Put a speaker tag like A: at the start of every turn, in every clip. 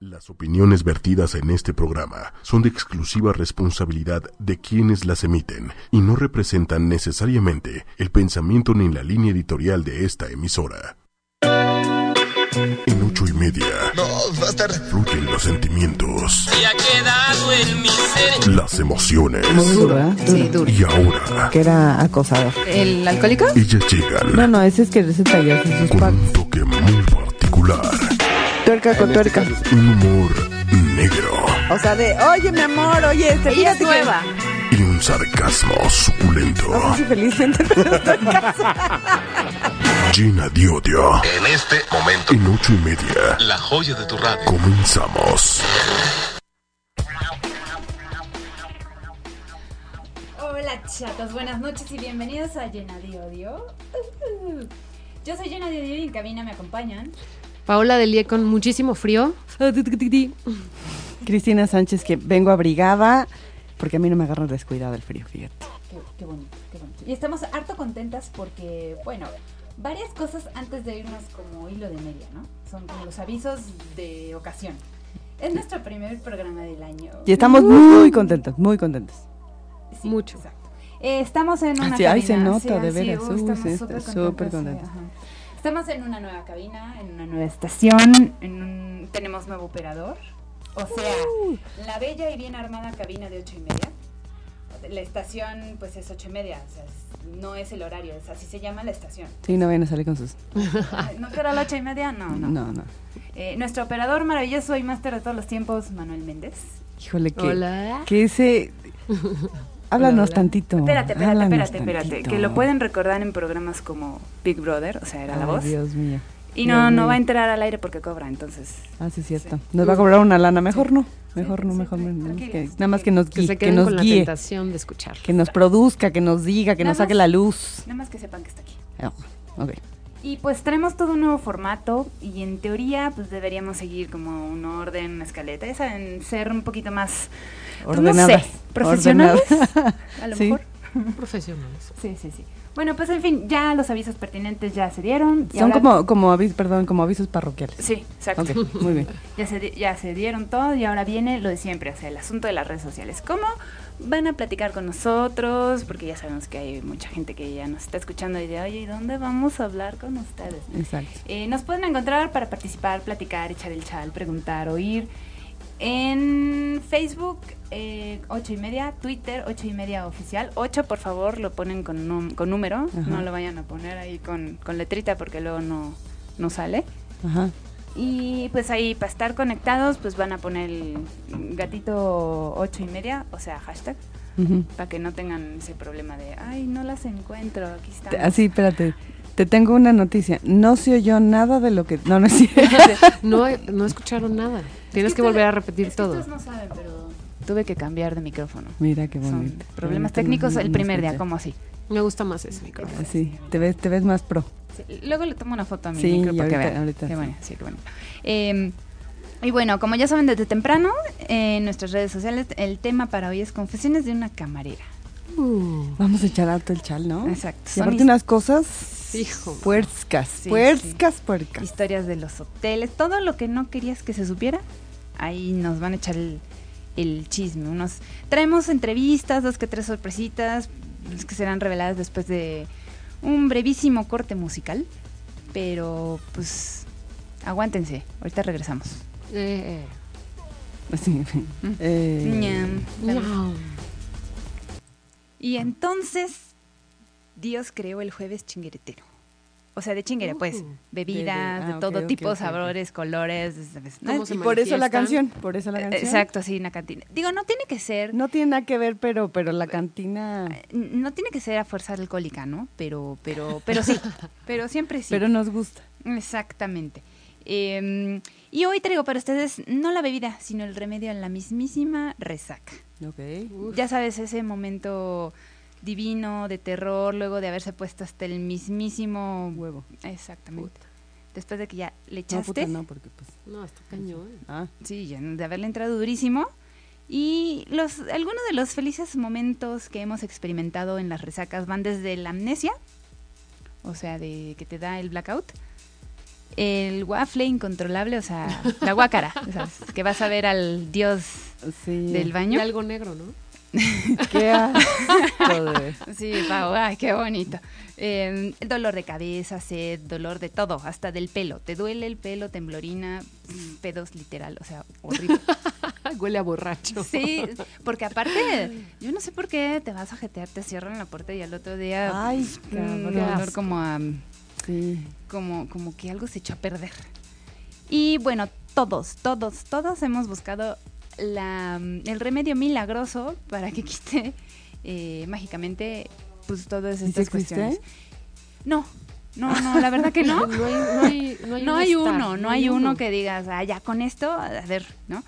A: Las opiniones vertidas en este programa son de exclusiva responsabilidad de quienes las emiten y no representan necesariamente el pensamiento ni la línea editorial de esta emisora. En ocho y media
B: No, Buster.
A: fluyen los sentimientos,
C: Ya quedado en mi ser.
A: las emociones.
D: Muy duro, ¿verdad?
E: Sí, duro.
A: Y ahora,
D: Que era acosador.
E: ¿El alcohólico?
A: ellas
D: No,
A: llegan
D: no, ese es que se talló en sus
A: con
D: partes.
A: un toque muy particular,
D: Tuerca con tuerca.
A: un humor negro
D: O sea, de, oye, mi amor, oye, este,
E: Ella es
D: que-
E: nueva.
A: y un sarcasmo suculento.
D: No sé si felizmente, pero estoy en casa.
A: Gina Diodio.
B: En este momento,
A: En ocho y media
B: la joya de tu radio.
A: comenzamos.
F: Hola chatos, buenas noches y bienvenidos a Llena de Odio. Yo soy Llena de Odio y en cabina me acompañan.
G: Paola Delie con muchísimo frío.
D: Cristina Sánchez, que vengo abrigada, porque a mí no me agarra descuidada el frío, fíjate.
F: Qué, qué bonito, qué bonito. Y estamos harto contentas porque, bueno, varias cosas antes de irnos como hilo de media, ¿no? Son como los avisos de ocasión. Es nuestro primer programa del año.
D: Y estamos muy contentos, muy contentos.
F: Sí,
G: Mucho.
F: exacto. Eh, estamos en una
D: Ah, Sí, ahí se
F: cabina-
D: nota,
F: sí,
D: de
F: sí,
D: veras,
F: uh,
D: uy,
F: estamos
D: sí,
F: súper
D: está súper
F: contentos, sí,
D: contentos.
F: ajá. Estamos en una nueva cabina, en una nueva estación, en un- tenemos nuevo operador. O sea, la bella y bien armada cabina de ocho y media. La estación, pues es ocho y media, o sea, es- no es el horario, es así se llama la estación.
D: Sí, no vayan a salir con sus...
F: ¿No que era la ocho y media? No, no.
D: Ah. No, no.
F: Eh, nuestro operador maravilloso y máster de todos los tiempos, Manuel Méndez.
D: Híjole, que...
G: Hola.
D: Que ese... Háblanos tantito.
F: Espérate, espérate,
D: háblanos
F: espérate, espérate.
D: tantito.
F: Que lo pueden recordar en programas como Big Brother, o sea, era la
D: Ay,
F: voz.
D: Dios mío.
F: Y no,
D: Dios
F: no
D: mío.
F: va a entrar al aire porque cobra, entonces.
D: Ah, sí, cierto. Nos va a cobrar una lana. Mejor no. Mejor no,
F: sí,
D: mejor no.
F: tranquilos,
D: Que- nada más que nos,
G: Que
D: gui-
G: se
D: que
G: queden
D: nos
G: con la
D: guíe,
G: tentación de escuchar.
D: que nos produzca, que nos diga, que
F: Nada
D: nos saque
F: más.
D: la luz.
F: Nada más que sepan que está aquí.
D: Ah, ok.
F: Y pues tenemos todo un nuevo formato y en teoría pues deberíamos seguir como un orden, una escaleta, ya saben, ser un poquito más pues, no sé,
D: Ordenadas.
F: profesionales,
D: Ordenadas.
F: a lo
D: Sí.
F: mejor.
G: Profesionales.
F: Sí, sí, sí. Bueno, pues en fin, ya los avisos pertinentes ya se dieron. y
D: Son
F: ahora-
D: como, como avisos, perdón, como avisos parroquiales.
F: Sí, exacto.
D: Ok, muy bien.
F: Ya se, di- ya se dieron todo y ahora viene lo de siempre, o sea, el asunto de las redes sociales. ¿Cómo van a platicar con nosotros? Porque ya sabemos que hay mucha gente que ya nos está escuchando y de, oye, ¿y dónde vamos a hablar con ustedes?
D: Exacto.
F: Eh, nos pueden encontrar para participar, platicar, echar el chal, preguntar, oír. En Facebook, 8 y media, Twitter, 8 y media oficial. 8, por favor, lo ponen con, num- con número,
D: Ajá.
F: no lo vayan a poner ahí con, con letrita porque luego no, no sale.
D: Ajá.
F: Y pues ahí para estar conectados, pues van a poner el gatito ocho y media, o sea, hashtag,
D: Ujú.
F: para que no tengan ese problema de, ay, no las encuentro, aquí están.
D: Te- Así, espérate. Te tengo una noticia. No se oyó nada de lo que. No, no es cierto.
G: No, eh, no escucharon nada. Tienes que, volver a repetir todo.
F: no saben, pero tuve que cambiar de micrófono.
D: Mira qué
F: Son
D: bonito.
F: problemas
D: Qué bonito,
F: técnicos
D: no-
F: el
D: no
F: primer día,
D: escuché.
F: como así.
G: Me gusta más ese micrófono.
D: Así, te ves, te ves más pro.
F: Sí, Luego le tomo una foto a mi
D: Sí,
F: micro
D: y
F: para que
D: ahorita-
F: vean.
D: ahorita
F: Qué
D: sí.
F: bueno, sí, qué bueno. Eh, y bueno, como ya saben desde temprano, eh, en nuestras redes sociales, el tema para hoy es confesiones de una camarera.
G: Uh,
D: Vamos a echar alto el chal, ¿no?
F: Exacto.
D: Y
F: son
D: aparte unas cosas
G: Hijo.
D: puercas,
F: Sí,
D: puercas, puercas.
F: historias de los hoteles, todo lo que no querías que se supiera, ahí nos van a echar el, el chisme. Unos traemos entrevistas, dos que tres sorpresitas, pues, que serán reveladas después de un brevísimo corte musical, pero pues aguántense, ahorita regresamos.
G: eh,
D: Sí.
G: Mm.
D: Eh,
F: Ñam.
G: miau.
F: Y entonces Dios creó el jueves chingueretero. O sea, de chinguere, pues,
G: Uh,
F: bebidas,
D: de-
F: de,
D: ah, ok,
F: todo
D: ok,
F: tipo,
D: ok, ok.
F: sabores, colores, ¿sabes?
G: ¿Cómo se
D: y por eso la
G: manifiestan. Eh,
D: canción, por eso la canción.
F: Eh, Exacto, así una cantina. Digo, no tiene que ser eh,
D: No tiene nada que ver, pero, pero la cantina.
F: no tiene que ser a fuerza alcohólica, ¿no? Pero, pero, pero sí, pero siempre sí.
D: Pero nos gusta.
F: Exactamente. Eh, y hoy traigo para ustedes no la bebida, sino el remedio a la mismísima resaca.
D: Ok.
F: Ya sabes, ese momento divino de terror, luego de haberse puesto hasta el mismísimo
D: Huevo.
F: Exactamente. Después de que ya le
D: No,
F: echaste.
D: puta, no, porque pues.
G: No, está cañón.
D: Ah,
F: Sí, ya, de haberle entrado durísimo. Y los, algunos de los felices momentos que hemos experimentado en las resacas van desde la amnesia, o sea, de que te da el blackout, el waffle incontrolable, o sea, la guácara, o sea, es que vas a ver al dios
D: Sí.
F: del
G: Y
F: baño.
G: algo negro, ¿no?
D: Qué asco de-
F: Sí, Pau, ay, qué bonito. Eh, dolor de cabeza, sed, dolor de todo, hasta del pelo. Te duele el pelo, temblorina, mm, pedos literal, o sea, horrible.
G: Huele a borracho.
F: Sí, porque aparte, yo no sé por qué te vas a jetear, te cierran la puerta y al otro día
D: Ay,
F: mm,
D: cabrón.
F: olor como a
D: Sí.
F: como, como que algo se echó a perder. Y bueno, todos, todos, todos hemos buscado la, mm, el remedio milagroso para que quite eh, mágicamente pues todas
D: ¿Y si
F: estas
D: existe?
F: cuestiones. No, no, no, la verdad que no.
G: No hay, no hay, no hay,
F: No
G: un
F: hay
G: estar,
F: uno, no hay uno que digas, ah, ya con esto, a ver, ¿no?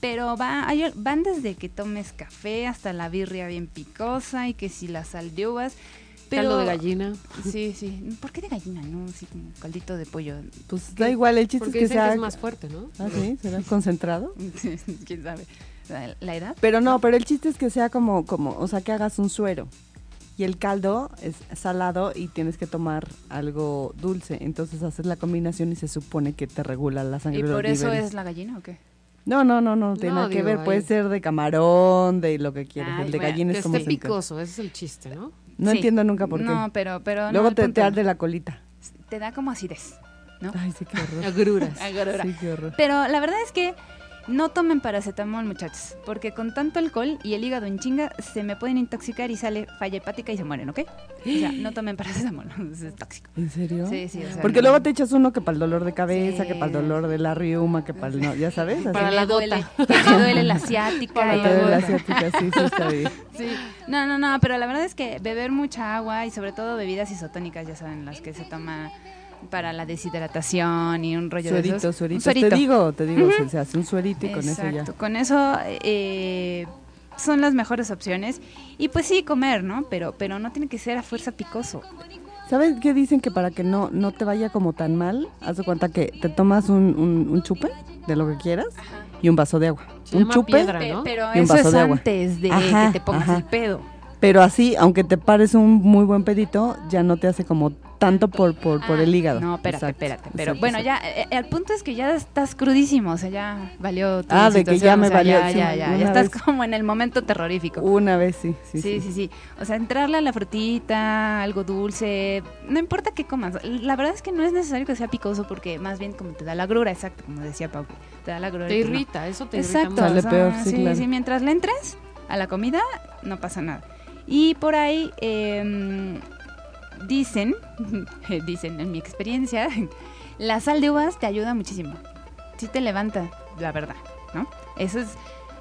F: Pero va, hay- van desde que tomes café hasta la birria bien picosa y que si la sal de uvas. Pero,
G: Caldo de gallina.
F: Sí, sí. ¿Por qué de gallina? No, sí, como caldito de pollo.
D: Pues da igual, el chiste es
G: Porque
D: que
G: dicen que
D: sea.
G: es más fuerte, ¿no?
D: Ah, sí, será concentrado.
F: ¿Quién sabe? La- ¿La edad?
D: Pero no, pero el chiste es que sea como, como, o sea, que hagas un suero. Y el caldo es salado y tienes que tomar algo dulce. Entonces haces la combinación y se supone que te regula la sangre.
F: ¿Y
D: los
F: por eso
D: niveles.
F: es la gallina o qué?
D: No, no, no, no, no tiene
G: No,
D: nada que
G: digo,
D: ver. Puede
G: ahí.
D: ser de camarón, de lo que quieras.
F: Ay,
D: el de
F: bueno,
D: gallina
G: Que
D: es como.
G: esté
D: se encuentra.
G: picoso, ese es el chiste, ¿no?
D: No
F: Sí.
D: entiendo nunca por qué.
F: No, pero... pero no,
D: Luego
F: el
D: te,
F: punto
D: te
F: no.
D: arde la colita.
F: Te da como acidez, ¿no?
D: Ay, sí, qué horror.
G: Agruras.
F: Agorora.
D: Sí, qué horror.
F: Pero la verdad es que no tomen paracetamol, muchachos, porque con tanto alcohol y el hígado en chinga se me pueden intoxicar y sale falla hepática y se mueren, ¿ok? O sea, no tomen paracetamol, es tóxico.
D: ¿En serio?
F: Sí, sí, o sea,
D: Porque
F: no.
D: luego te echas uno que para el dolor de cabeza,
F: Sí.
D: que para el dolor de la riuma, que para el. No, ya sabes.
F: Que
G: Para
F: me
G: la gota.
F: duele, que me duele la asiática.
D: Para
F: y
D: todo el
F: la-
D: asiática, sí, sí, está bien.
F: Sí. No, no, no, pero la verdad es que beber mucha agua y sobre todo bebidas isotónicas, ya saben, las que se toman para la deshidratación y un rollo de
D: Suerito,
F: esos.
D: suerito.
F: Un suerito.
D: Te digo, te digo, se- se hace un suerito y con eso ya.
F: Exacto, con eso eh, son las mejores opciones. Y pues sí, comer, ¿no? Pero, pero no tiene que ser a fuerza picoso.
D: ¿Sabes qué dicen que para que no, no te vaya como tan mal? Haz de cuenta que te tomas un, un, un chupe de lo que quieras y un vaso de agua.
G: Se
D: un
G: llama
D: chupe,
G: piedra.
F: Pe-
G: ¿no?
F: Pero
D: Y un
F: eso
D: vaso
F: es
D: de agua.
F: antes de
D: Ajá,
F: que te pongas
D: ajá.
F: el pedo.
D: pero así, aunque te pares un muy buen pedito, ya no te hace como tanto por, por, por el hígado.
F: Ah, No, espérate,
D: Exacto,
F: espérate. Pero
D: exacto,
F: bueno,
D: exacto.
F: ya, eh, eh, el punto es que ya estás crudísimo, o sea, ya valió tu
D: Ah, de que
F: situación,
D: ya me
F: o sea,
D: valió,
F: Ya,
D: sí,
F: ya, ya, ya
D: una
F: estás
D: vez.
F: como en el momento terrorífico.
D: Una vez sí, sí, sí.
F: Sí sí, sí, O sea, entrarle a la frutita, algo dulce, no importa qué comas. La verdad es que no es necesario que sea picoso porque más bien como te da la grura, exacto, como decía Pau, que te da la grura.
G: Te
F: y tú no.
G: irrita, eso te irrita.
F: Exacto.
G: mucho.
D: Sale
F: o sea,
D: peor, sí, claro.
F: mientras le entres a la comida, no pasa nada. Y por ahí eh, dicen, dicen en mi experiencia, la sal de uvas te ayuda muchísimo. Sí te levanta, la verdad, ¿no? Eso es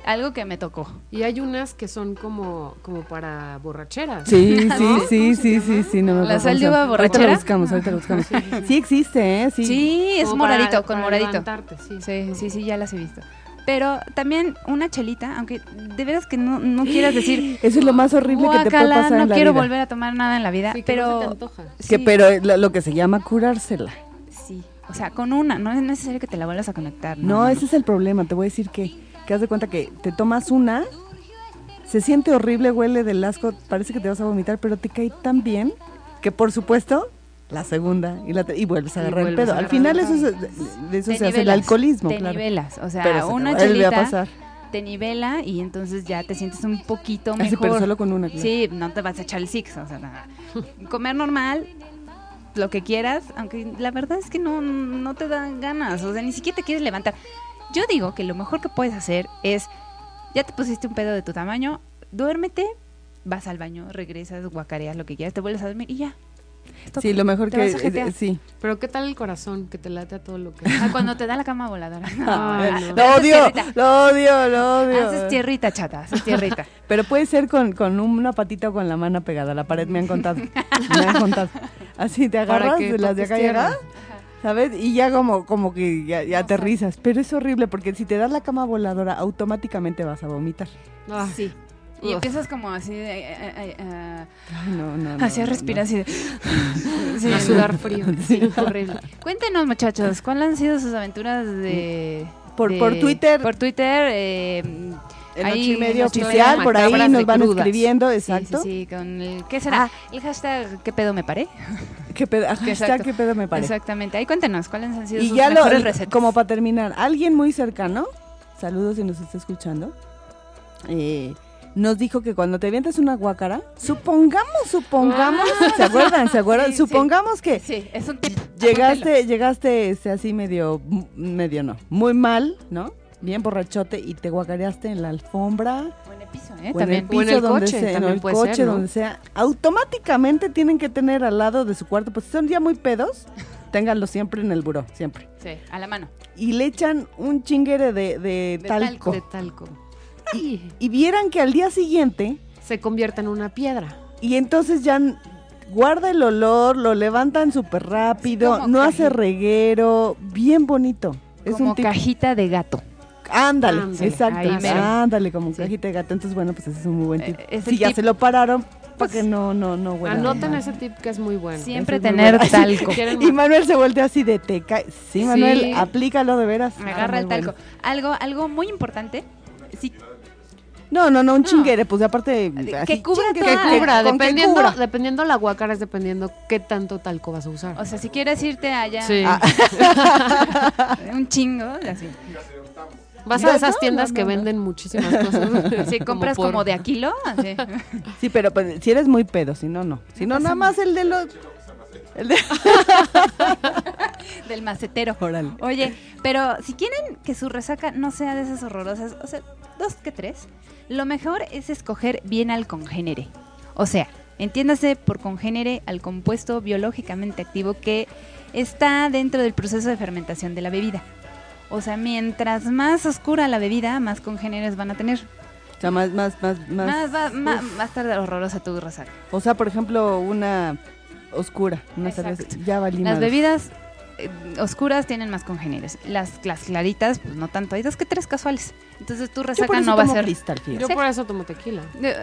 F: algo que me tocó.
G: Y hay unas que son como, como para borracheras.
D: Sí,
G: ¿no?
D: sí,
G: ¿Cómo
D: sí,
G: se
D: sí,
G: llama?
D: sí, sí, no me
F: ¿La
D: acuerdo
F: sal
D: cómo
F: de
D: se
F: uva
D: llama. Ahorita
F: borrachera?
D: lo buscamos, ahorita lo buscamos. Sí existe, ¿eh? Sí.
F: Sí, es
G: Como para-
F: moradito, con
G: para
F: moradito.
G: levantarte, sí.
F: Sí, sí, sí, ya las he visto. Pero también una chelita, aunque de veras que no, no quieras decir,
D: Eso es lo más horrible que te puede
F: "Guácala,
D: pasar
F: no
D: en la
F: quiero
D: vida.
F: volver a tomar nada en la vida,
G: Sí, que no se te
F: pero...
G: antoja.
D: Que,
F: sí,
D: pero eh, lo, lo que se llama curársela.
F: Sí, o sea, con una, no es necesario que te la vuelvas a conectar.
D: No, ese es el problema. Te voy a decir que, que haz de cuenta que te tomas una, se siente horrible, huele del asco, parece que te vas a vomitar, pero te cae tan bien que, por supuesto, la segunda y la te- y vuelves a
G: Y
D: agarrar el
G: vuelves
D: pedo.
G: a
D: Al
G: agarrar
D: final,
G: el
D: eso,
G: pedo.
D: es- de eso
F: Te
D: se hace el
F: nivelas,
D: alcoholismo,
F: Te
D: claro.
F: nivelas, o sea,
D: Pero se te
F: una
D: vuelve
F: chelita
D: a pasar.
F: te nivela y entonces ya te sientes un poquito
D: Así,
F: mejor.
D: pero solo con una. claro.
F: Sí, no te vas a echar el six, o sea, nada. Comer normal, lo que quieras, aunque la verdad es que no, no te dan ganas, o sea, ni siquiera te quieres levantar. Yo digo que lo mejor que puedes hacer es, ya te pusiste un pedo de tu tamaño, duérmete, vas al baño, regresas, guacareas lo que quieras, te vuelves a dormir y ya. Esto
D: Sí, lo mejor
F: te
D: que. eh,
F: vas a jetear.
D: sí.
G: Pero ¿qué tal el corazón que te late a todo lo que...
F: Ah, cuando te da la cama voladora. No,
G: Ah,
F: haces
G: no.
D: Lo odio,
F: tierrita.
D: lo odio, lo odio.
F: Haces tierrita, chata, haces tierrita.
D: Pero puede ser con, con una patita o con la mano pegada a la pared, me han contado. me han contado. Así te
G: Para
D: agarras
G: que
D: de las de acá
G: toques
D: y acá,
G: tierra.
D: ¿sabes? Y ya como, como que ya, ya aterrizas. Pero es horrible porque si te das la cama voladora, automáticamente vas a vomitar.
G: Ah,
F: Sí. Y
G: Uf.
F: empiezas como así de, eh, eh, eh,
D: Ay, no, no, no,
F: Así a
D: no,
F: respirar,
D: no.
F: así de... Sí,
G: A sudar frío.
F: Sí, horrible. Cuéntenos, muchachos, ¿cuáles han sido sus aventuras de...
D: Por-
F: de-
D: por Twitter.
F: Por Twitter, eh,
D: En
F: Ahí
D: ocho y media
F: estoy
D: oficial, por ahí
F: macabras de
D: nos van
F: crudas.
D: escribiendo,
F: Sí,
D: exacto.
F: Sí, sí, con el, ¿qué será?
D: Ah.
F: El hashtag ¿qué pedo me paré?
D: ¿Qué pedo? Ajá,
F: Exacto.
D: está, ¿qué pedo me parece?
F: Exactamente. Ahí cuéntenos cuáles han sido
D: Y
F: sus
D: ya lo,
F: mejores recetas.
D: como para terminar, alguien muy cercano, saludos si nos está escuchando, eh, nos dijo que cuando te avientas una guácara, supongamos, supongamos, ¿se acuerdan? ¿Se acuerdan?
F: Ah, Sí, sí.
D: supongamos que
F: Sí, es un tip. Apúntenlo.
D: llegaste, llegaste este, así medio, m- medio no, muy mal, ¿no? Bien borrachote y te guacareaste en la alfombra
F: Buen piso, ¿eh?
D: o en el
F: También.
D: piso,
G: O en el
D: donde
G: coche,
D: sea, en
G: también
D: el
G: puede
D: coche,
G: ser, ¿no?
D: donde sea. Automáticamente tienen que tener al lado de su cuarto, pues si son ya muy pedos, ténganlo siempre en el buró, siempre
F: Sí, a la mano.
D: y le echan un chinguere de, de
F: De
D: talco.
G: De talco. Y
D: Y vieran que al día siguiente,
G: se convierta en una piedra.
D: y entonces ya n- guarda el olor, lo levantan súper rápido,
F: como
D: no hace
F: caji-
D: reguero, bien bonito. Es
F: como
D: un tip.
F: cajita de gato.
D: Ándale,
G: Ándale,
D: exacto.
F: ahí mero.
D: Ándale, como
F: Sí.
D: cajita de gato. Entonces, bueno, pues ese es un muy buen tip.
F: Eh, ese
D: si ya
F: tip,
D: se lo pararon,
F: pues,
D: para que no, no, no huela
G: Anotan
D: mal.
G: ese tip que es muy bueno.
F: Siempre
D: Ese es muy
F: tener
D: bueno.
F: talco.
G: Quieren
D: Y
G: más.
D: Manuel se voltea así de teca. Sí,
G: Sí.
D: Manuel, aplícalo de veras.
F: Me
D: Ah,
F: agarra el
D: muy bueno.
F: talco. Algo, algo muy importante. Sí,
D: No, no, no, un
F: No.
D: chinguere, pues aparte.
F: Que
D: así,
F: cubra
D: chingue,
G: Que
F: toda-
D: que-
G: cubra,
D: con que
G: dependiendo,
D: cubra.
G: dependiendo la guacara es dependiendo qué tanto talco vas a usar.
F: o sea, si quieres irte allá
G: Sí.
D: Ah.
F: un chingo, así.
G: Vas
D: No,
G: a esas
D: no,
G: tiendas
D: no,
G: que
D: no, no.
G: venden muchísimas cosas.
F: Si compras
G: por-
F: como, de a kilo, así.
D: Sí, pero pues, si eres muy pedo, si no, no. Si no, nada más el de los... El de...
F: del macetero.
D: Órale.
F: Oye, pero si quieren que su resaca no sea de esas horrorosas, o sea, dos que tres, lo mejor es escoger bien al congénere. O sea, entiéndase por congénere al compuesto biológicamente activo que está dentro del proceso de fermentación de la bebida. O sea, mientras más oscura la bebida, más congéneres van a tener.
D: O sea, más, más, más, más.
F: Más, va, ma- va a estar horrorosa tu resaca.
D: O sea, por ejemplo, una oscura, una cerveza.
F: Exacto.
D: Ya valí
F: Las
D: madre.
F: bebidas eh, oscuras tienen más congéneres. Las, las claritas, pues no tanto. Hay dos que tres casuales. Entonces
D: Yo
F: tu
D: por
F: resaca
D: eso
F: no va a
D: tomo
F: ser.
D: cristal, fíjate.
G: Yo por eso tomo tequila.
F: Eh,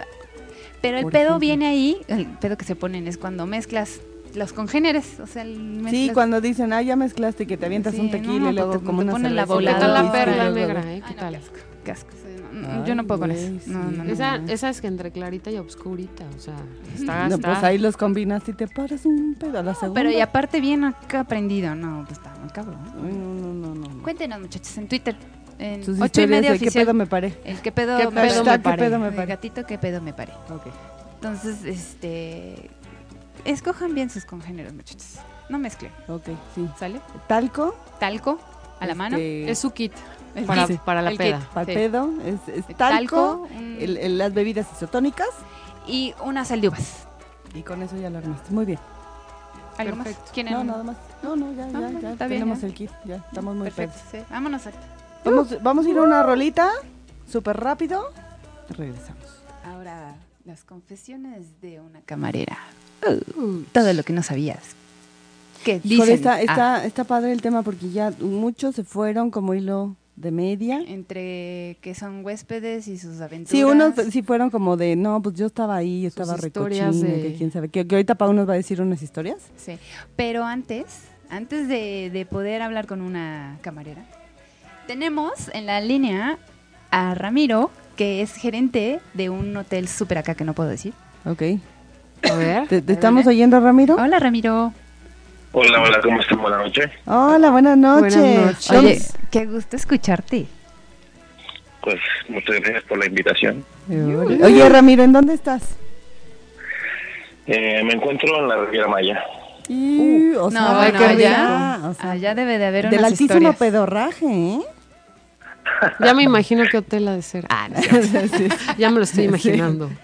F: Pero el
D: Por
F: pedo
D: ejemplo.
F: viene ahí, el pedo que se ponen es cuando mezclas los congéneres, o sea, el
D: Sí,
F: mezclas-
D: cuando dicen, ah, ya mezclaste, que te avientas
F: Sí,
D: un tequila
F: no,
D: y luego
F: pues te-
D: como
F: te
D: una
F: ponen la
D: cerveza y
G: ¿Qué
F: volada.
D: luego
G: tal la
F: Sí,
D: whisky,
G: perla
D: luego-
G: negra, eh?
F: Ay,
G: ¿Qué
F: no,
G: tal?
F: qué asco, qué asco. Sí, no, no,
D: Ay,
F: yo no puedo con
D: güey,
F: eso.
D: sí.
F: No, no, no,
G: Esa,
F: no.
G: esa es que entre clarita y obscurita, o sea, está,
D: No,
G: está.
D: pues ahí los combinas y te paras un pedo a la segunda.
F: Pero y aparte bien acá aprendido, no, pues está muy cabrón.
D: Ay, no, no, no, no, no.
F: Cuéntenos muchachos en Twitter, en
D: Sus
F: ocho y
D: historias
F: media
D: de qué
F: oficial.
D: pedo me paré.
F: El qué pedo,
G: ¿Qué
F: me
G: pedo
F: paré.
G: me paré?
D: ¿Qué pedo me
F: El
D: paré?
F: gatito qué pedo me paré.
D: Ok.
F: Entonces, este, escojan bien sus congéneros, muchachos. No mezclen,
D: Ok, sí.
F: ¿sale?
D: Talco.
F: Talco a la mano.
D: este,
G: Es su kit
F: El
G: para,
F: kit.
G: para la
F: El
G: peda.
F: kit.
D: Para
F: Sí.
D: pedo, es, es talco,
F: Talco, un-
D: el- el- las bebidas isotónicas
F: y una sal de uvas.
D: y con eso ya lo armaste. Muy bien.
F: ¿Algo más?
G: Perfecto.
F: ¿Quieren?
D: No, nada más. No, no, ya,
F: No,
D: ya,
F: no,
D: ya
F: está bien,
D: tenemos
F: ya.
D: el kit, ya estamos muy
F: Perfecto.
D: pedos.
F: sí. Vámonos. a-
D: Vamos, vamos a ir a una rolita súper rápido. Regresamos.
F: Ahora, las confesiones de una camarera. Uh, todo lo que no sabías. Que
D: Híjole,
F: dicen
D: está,
F: ah,
D: está, está padre el tema porque ya muchos se fueron como hilo de media.
F: entre que son huéspedes y sus aventuras.
D: Sí, unos sí fueron como de, no, pues yo estaba ahí, yo
G: Sus
D: estaba
G: historias
D: recochino,
G: de-
D: que quién sabe. Que, que ahorita Pau nos va a decir unas historias.
F: Sí. Pero antes, antes de, de poder hablar con una camarera, tenemos en la línea a Ramiro, que es gerente de un hotel súper acá que no puedo decir.
D: Ok.
G: A ver.
D: ¿Te, te estamos oyendo, Ramiro?
F: Hola, Ramiro.
E: Hola, hola, ¿cómo están? Buenas noches.
D: Hola, buenas noches.
G: noches.
D: ¿Dónde-
F: Oye, qué gusto escucharte.
E: Pues muchas gracias por la invitación.
D: Oye, Ramiro, ¿en dónde estás?
E: Eh, me encuentro en la Riviera Maya.
D: Y, o
F: no,
G: bueno,
D: qué
F: allá,
D: rico. O sea,
F: allá debe de haber
D: del
F: unas
D: altísimo
F: historias.
D: pedorraje, ¿eh?
G: Ya me imagino qué hotel ha de ser. Ah, no. Ya me lo estoy imaginando.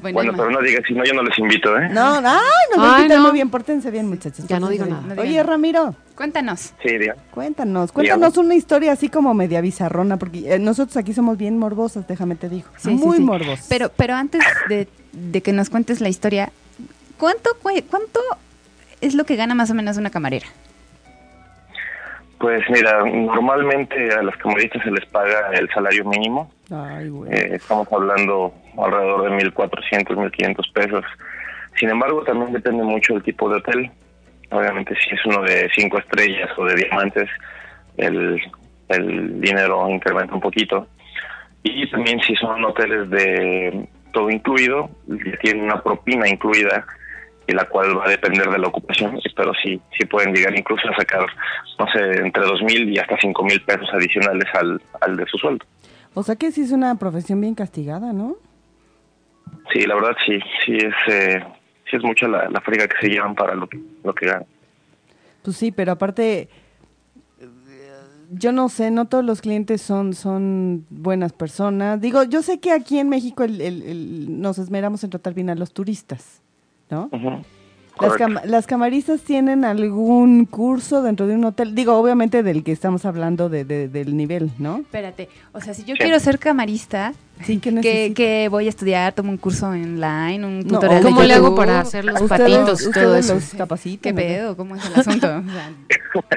F: Bueno,
E: Bueno,
F: ima-
E: pero no digas, si no, yo no les invito, ¿eh?
D: No, ay, no me
G: Ay,
D: invitan,
G: no.
D: muy bien, pórtense bien, muchachos.
G: Ya no
D: pórtense
G: digo
D: bien.
G: nada.
F: No digan
D: Oye,
F: nada.
D: Ramiro,
F: cuéntanos.
E: Sí, diga.
D: cuéntanos, cuéntanos una historia así como media bizarrona, porque eh, nosotros aquí somos bien morbosas, déjame te digo.
F: Sí, sí,
D: muy
F: sí.
D: morbosas.
F: Pero, pero antes de, de que nos cuentes la historia, ¿cuánto, cue- ¿cuánto es lo que gana más o menos una camarera?
E: Pues mira, normalmente a las camaristas se les paga el salario mínimo.
D: Ay, güey.
E: Eh, estamos hablando alrededor de 1.400, 1.500 pesos. Sin embargo, también depende mucho del tipo de hotel. Obviamente, si es uno de cinco estrellas o de diamantes, el, el dinero incrementa un poquito. Y también si son hoteles de todo incluido, que tienen una propina incluida, y la cual va a depender de la ocupación, pero sí, sí pueden llegar incluso a sacar, no sé, entre dos mil y hasta cinco mil pesos adicionales al, al de su sueldo.
D: O sea que sí es una profesión bien castigada, ¿no?
E: Sí, la verdad sí, sí es, eh, sí es mucha la, la friga que se llevan para lo que, lo que ganan.
D: Pues sí, pero aparte, yo no sé, no todos los clientes son, son buenas personas. Digo, yo sé que aquí en México el- el- el- nos esmeramos en tratar bien a los turistas, ¿no?
E: Ujú.
D: Las,
E: Correcto.
D: cam- las camaristas tienen algún curso dentro de un hotel, digo, obviamente del que estamos hablando de- de- del nivel, ¿no?
F: Espérate, o sea, si yo
E: Sí.
F: quiero ser camarista,
D: Sí, que
F: que,
D: necesitan?
F: que voy a estudiar, tomo un curso online, un
D: No,
F: tutorial de
G: ¿Cómo le hago
F: YouTube?
G: para hacer los
D: Ustedes-
G: patitos y
D: ustedes
G: todo eso?
D: los capacitan,
F: ¿Qué
D: ¿no?
F: pedo? ¿Cómo es el asunto? O sea,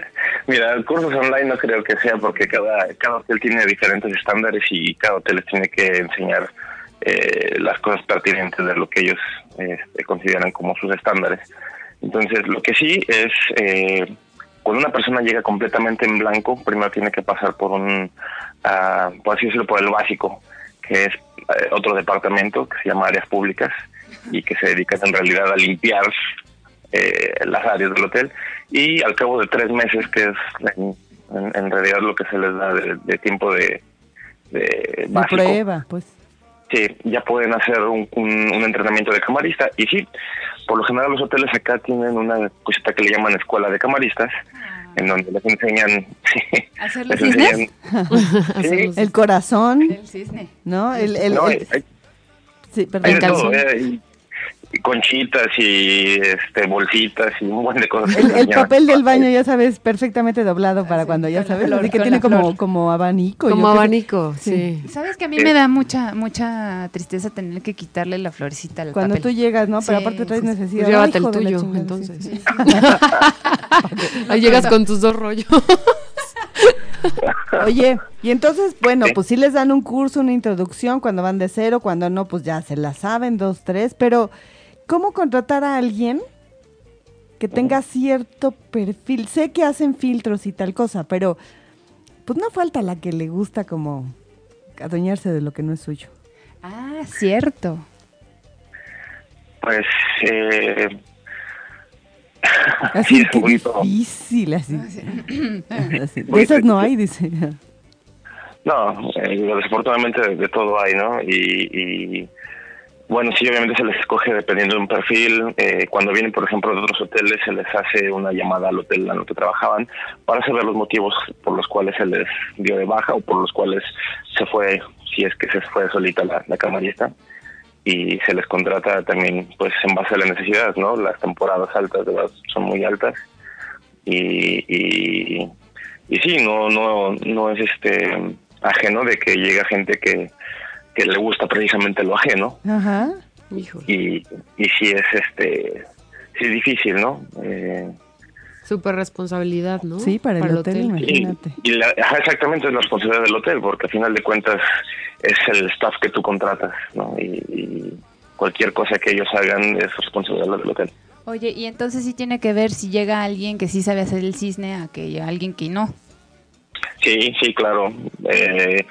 E: Mira, cursos online no creo que sea porque cada, cada hotel tiene diferentes estándares y cada hotel les tiene que enseñar eh, las cosas pertinentes de lo que ellos este, consideran como sus estándares. Entonces, lo que sí es, eh, cuando una persona llega completamente en blanco, primero tiene que pasar por un, ah, por así decirlo, por el básico, que es eh, otro departamento que se llama áreas públicas y que se dedican en realidad a limpiar eh, las áreas del hotel y al cabo de tres meses, que es en, en- en realidad lo que se les da de, de tiempo de, de
D: De
E: básico,
D: prueba, pues.
E: Sí, ya pueden hacer un, un- un entrenamiento de camarista. Y sí, por lo general los hoteles acá tienen una cosita que le llaman escuela de camaristas, en donde les enseñan... sí,
F: ¿Hacer los
E: les
F: cisnes?
E: enseñan
G: Hacerlos-
D: El corazón,
F: El cisne.
D: ¿no? El, el-
E: no,
D: el-
E: hay- hay-
D: sí,
E: hay
D: perdón,
E: de todo,
D: calzón.
E: eh, y- y conchitas y este, bolsitas y un buen de cosas. que
D: El,
E: les
D: el
E: enseñan.
D: papel del baño, ya sabes, perfectamente doblado para
F: Así,
D: cuando ya
F: con la
D: sabes,
F: flor,
D: así que
F: con
D: tiene
F: la
D: como,
F: flor.
D: como abanico. yo
G: Como
D: qué sé.
G: abanico, sí.
F: ¿Sabes que a mí
E: Sí.
F: me da mucha mucha tristeza tener que quitarle la florecita al
D: Cuando tú
F: papel?
D: llegas, ¿no? Pero
F: Sí,
D: aparte traes
F: sí, sí.
D: necesidad.
G: Pues llévate
D: Ay,
G: el
D: hijo de la
G: tuyo,
D: chingada,
G: entonces.
D: sí, sí.
G: Ahí llegas con tus dos rollos.
D: Oye, y entonces, bueno,
E: Sí.
D: pues sí les dan un curso, una introducción cuando van de cero, cuando no, pues ya se la saben, dos, tres, pero ¿cómo contratar a alguien que tenga cierto perfil? Sé que hacen filtros y tal cosa, pero pues no falta la que le gusta como adueñarse de lo que no es suyo.
F: Ah, cierto.
E: Pues... Eh, sí,
D: Así
E: es
D: que
E: un poquito-
D: difícil, así.
F: Ah,
D: Así, De esas no hay, dice.
E: No, eh, desafortunadamente de, de todo hay, ¿no? Y, y, bueno, sí, obviamente se les escoge dependiendo de un perfil. Eh, cuando vienen, por ejemplo, de otros hoteles, se les hace una llamada al hotel en el que trabajaban para saber los motivos por los cuales se les dio de baja o por los cuales se fue, si es que se fue solita la, la camarista. Y se les contrata también, pues, en base a la necesidad, ¿no? Las temporadas altas, de verdad, son muy altas. Y, y, y sí, no, no, no es este ajeno de que llega gente que, que le gusta precisamente lo ajeno
D: Ajá.
G: Híjole.
E: y, y sí es este sí es difícil, ¿no? Eh,
G: Súper responsabilidad, ¿no?
D: Sí, para el hotel, imagínate.
E: y,
D: Imagínate.
E: y la- ajá, exactamente es la responsabilidad del hotel, porque al final de cuentas es el staff que tú contratas, ¿no? Y, y cualquier cosa que ellos hagan es responsabilidad del hotel.
F: Oye, y entonces sí tiene que ver si llega alguien que sí sabe hacer el cisne a que alguien que no.
E: Sí, sí, claro. Eh,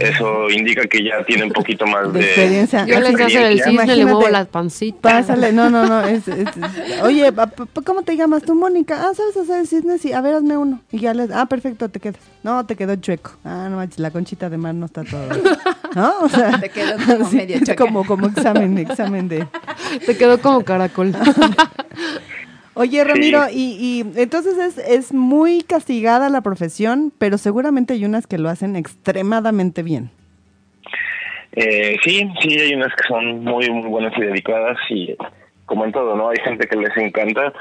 E: eso indica que ya tienen un poquito más
D: De
E: de,
D: experiencia.
G: Yo les hago el
E: experiencia.
G: cisne, le muevo
D: Imagínate.
G: la pancita.
D: Pásale, no, no, no. es- es- es- Oye, pa- pa- ¿cómo te llamas tú, Mónica? Ah, ¿sabes hacer cisnes? Sí, a ver, hazme uno. Y ya les. Ah, perfecto, te quedas. No, te quedó chueco. Ah, no manches, la conchita de mar no está todo. ¿No? O sea,
F: Te quedó como medio chueca.
D: Como, como examen, examen de.
G: Te quedó como caracol.
D: Oye, Ramiro, y, y entonces es, es muy castigada la profesión, pero seguramente hay unas que lo hacen extremadamente bien.
E: Eh, sí, sí, hay unas que son muy, muy buenas y dedicadas y como en todo, ¿no? Hay gente que les encanta.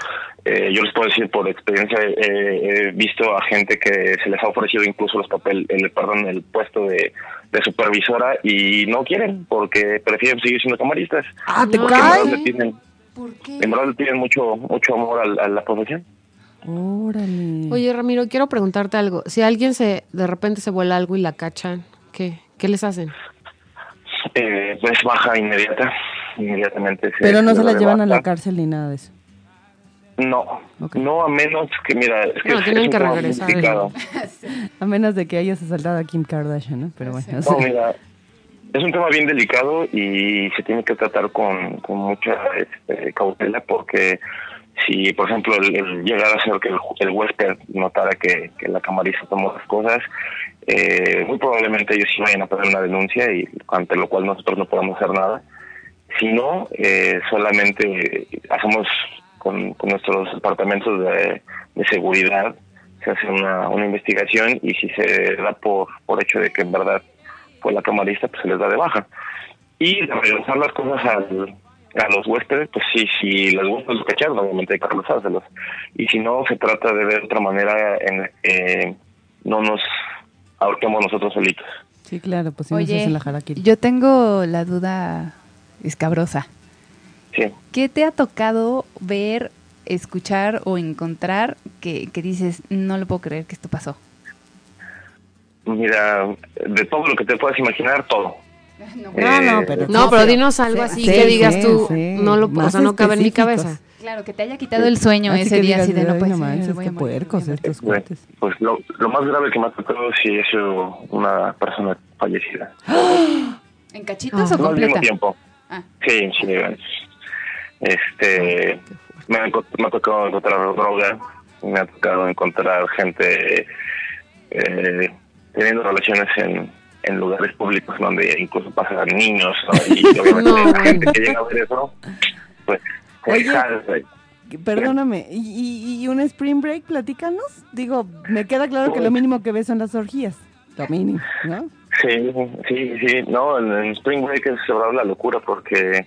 E: Eh, yo les puedo decir por experiencia, eh, he visto a gente que se les ha ofrecido incluso los papel, el, perdón, el puesto de, de supervisora y no quieren porque prefieren seguir siendo camaristas.
D: Ah, te
G: No,
E: Porque en
D: cae.
E: verdad
G: Ay.
E: le tienen,
F: ¿Por qué?
E: en verdad le tienen mucho, mucho amor a, la- a la profesión.
D: Órale.
G: Oye, Ramiro, quiero preguntarte algo. Si alguien se de repente se vuela algo y la cachan, ¿qué, qué les hacen?
E: Eh, pues baja inmediata, inmediatamente.
D: pero no se
E: da
D: la
E: de
D: llevan a la
E: baja.
D: cárcel ni nada de eso.
E: No,
D: Ok.
E: no a menos que, mira, es que
G: Bueno,
E: es-
G: tienen
E: es un
G: que
E: tema muy
G: regresar.
E: complicado.
D: A menos de que hayas asaltado a Kim Kardashian, ¿no? Pero bueno. o
E: No,
D: sea.
E: mira, Es un tema bien delicado y se tiene que tratar con, con mucha este, cautela porque si, por ejemplo, el, el llegar a ser que el, ju- el huésped notara que, que la camariza tomó las cosas, eh, muy probablemente ellos sí vayan a poner una denuncia y ante lo cual nosotros no podemos hacer nada. Si no, eh, solamente eh, hacemos con, con nuestros departamentos de, de seguridad, se hace una, una investigación y si se da por, por hecho de que en verdad fue la camarista, pues se les da de baja. Y de regresar las cosas al- a los huéspedes, pues sí, si los huéspedes lo cacharon, obviamente hay que regresárselos. Y si no, se trata de ver otra manera en la que no nos ahorquemos nosotros solitos.
D: Sí, claro, pues si no se
F: Oye,
D: hace la harakiri.
F: yo tengo la duda escabrosa.
E: Sí.
F: ¿Qué te ha tocado ver, escuchar o encontrar que, que dices, no lo puedo creer que esto pasó?
E: Mira, de todo lo que te puedas imaginar, todo.
D: No, no, pero-
G: No, pero dinos algo así
D: Sí,
G: que
D: sí,
G: digas tú,
D: sí.
G: no lo, o
D: Más
G: sea, no cabe en mi
D: específicos.
G: cabeza.
F: Claro, que te haya quitado el sueño ese
D: que
F: día
D: digas,
F: así de no pues,
D: "Ay,
F: puedes
D: manches, qué puercos estos
E: Bueno,
D: cuates.
E: pues lo, lo más grave que me ha tocado sí es una persona fallecida.
F: ¿En cachitos
G: Ah.
F: o
E: No al mismo
F: completa?
E: tiempo.
F: Ah.
E: Sí, sí. Este, me ha, encont- me ha tocado encontrar droga, me ha tocado encontrar gente eh, teniendo relaciones en, en lugares públicos donde incluso pasan niños, ¿no? Y obviamente
G: No,
E: la gente
G: bueno.
E: que llega a ver eso, pues, se
D: Oye.
E: jala,
D: Que- Perdóname, ¿y, y, y un spring break? Platícanos. Digo, me queda claro que lo mínimo que ves son las orgías. Lo mínimo, ¿no?
E: Sí, sí, sí. No, en, en Spring Break es de verdad la locura porque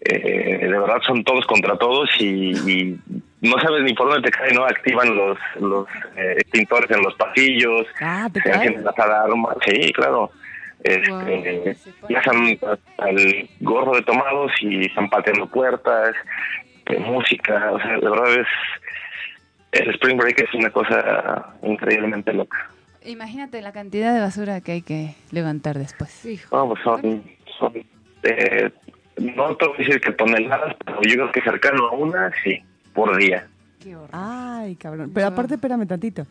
E: eh, de verdad son todos contra todos y, y no sabes ni por dónde te cae, ¿no? Activan los, los eh, extintores en los pasillos,
D: Ah, te
E: se
D: cae.
E: hacen las alarmas. Sí, claro. Este,
G: Wow.
E: Pasan al gorro de tomados y están pateando puertas, eh, música. O sea, de verdad es. El Spring Break es una cosa increíblemente loca.
F: Imagínate la cantidad de basura que hay que levantar después.
G: Hijo.
E: No, pues son, son eh, no te voy a decir que toneladas, pero yo creo que cercano a una, sí, por día.
F: Qué horror.
D: Ay, cabrón. Pero aparte, espérame tantito.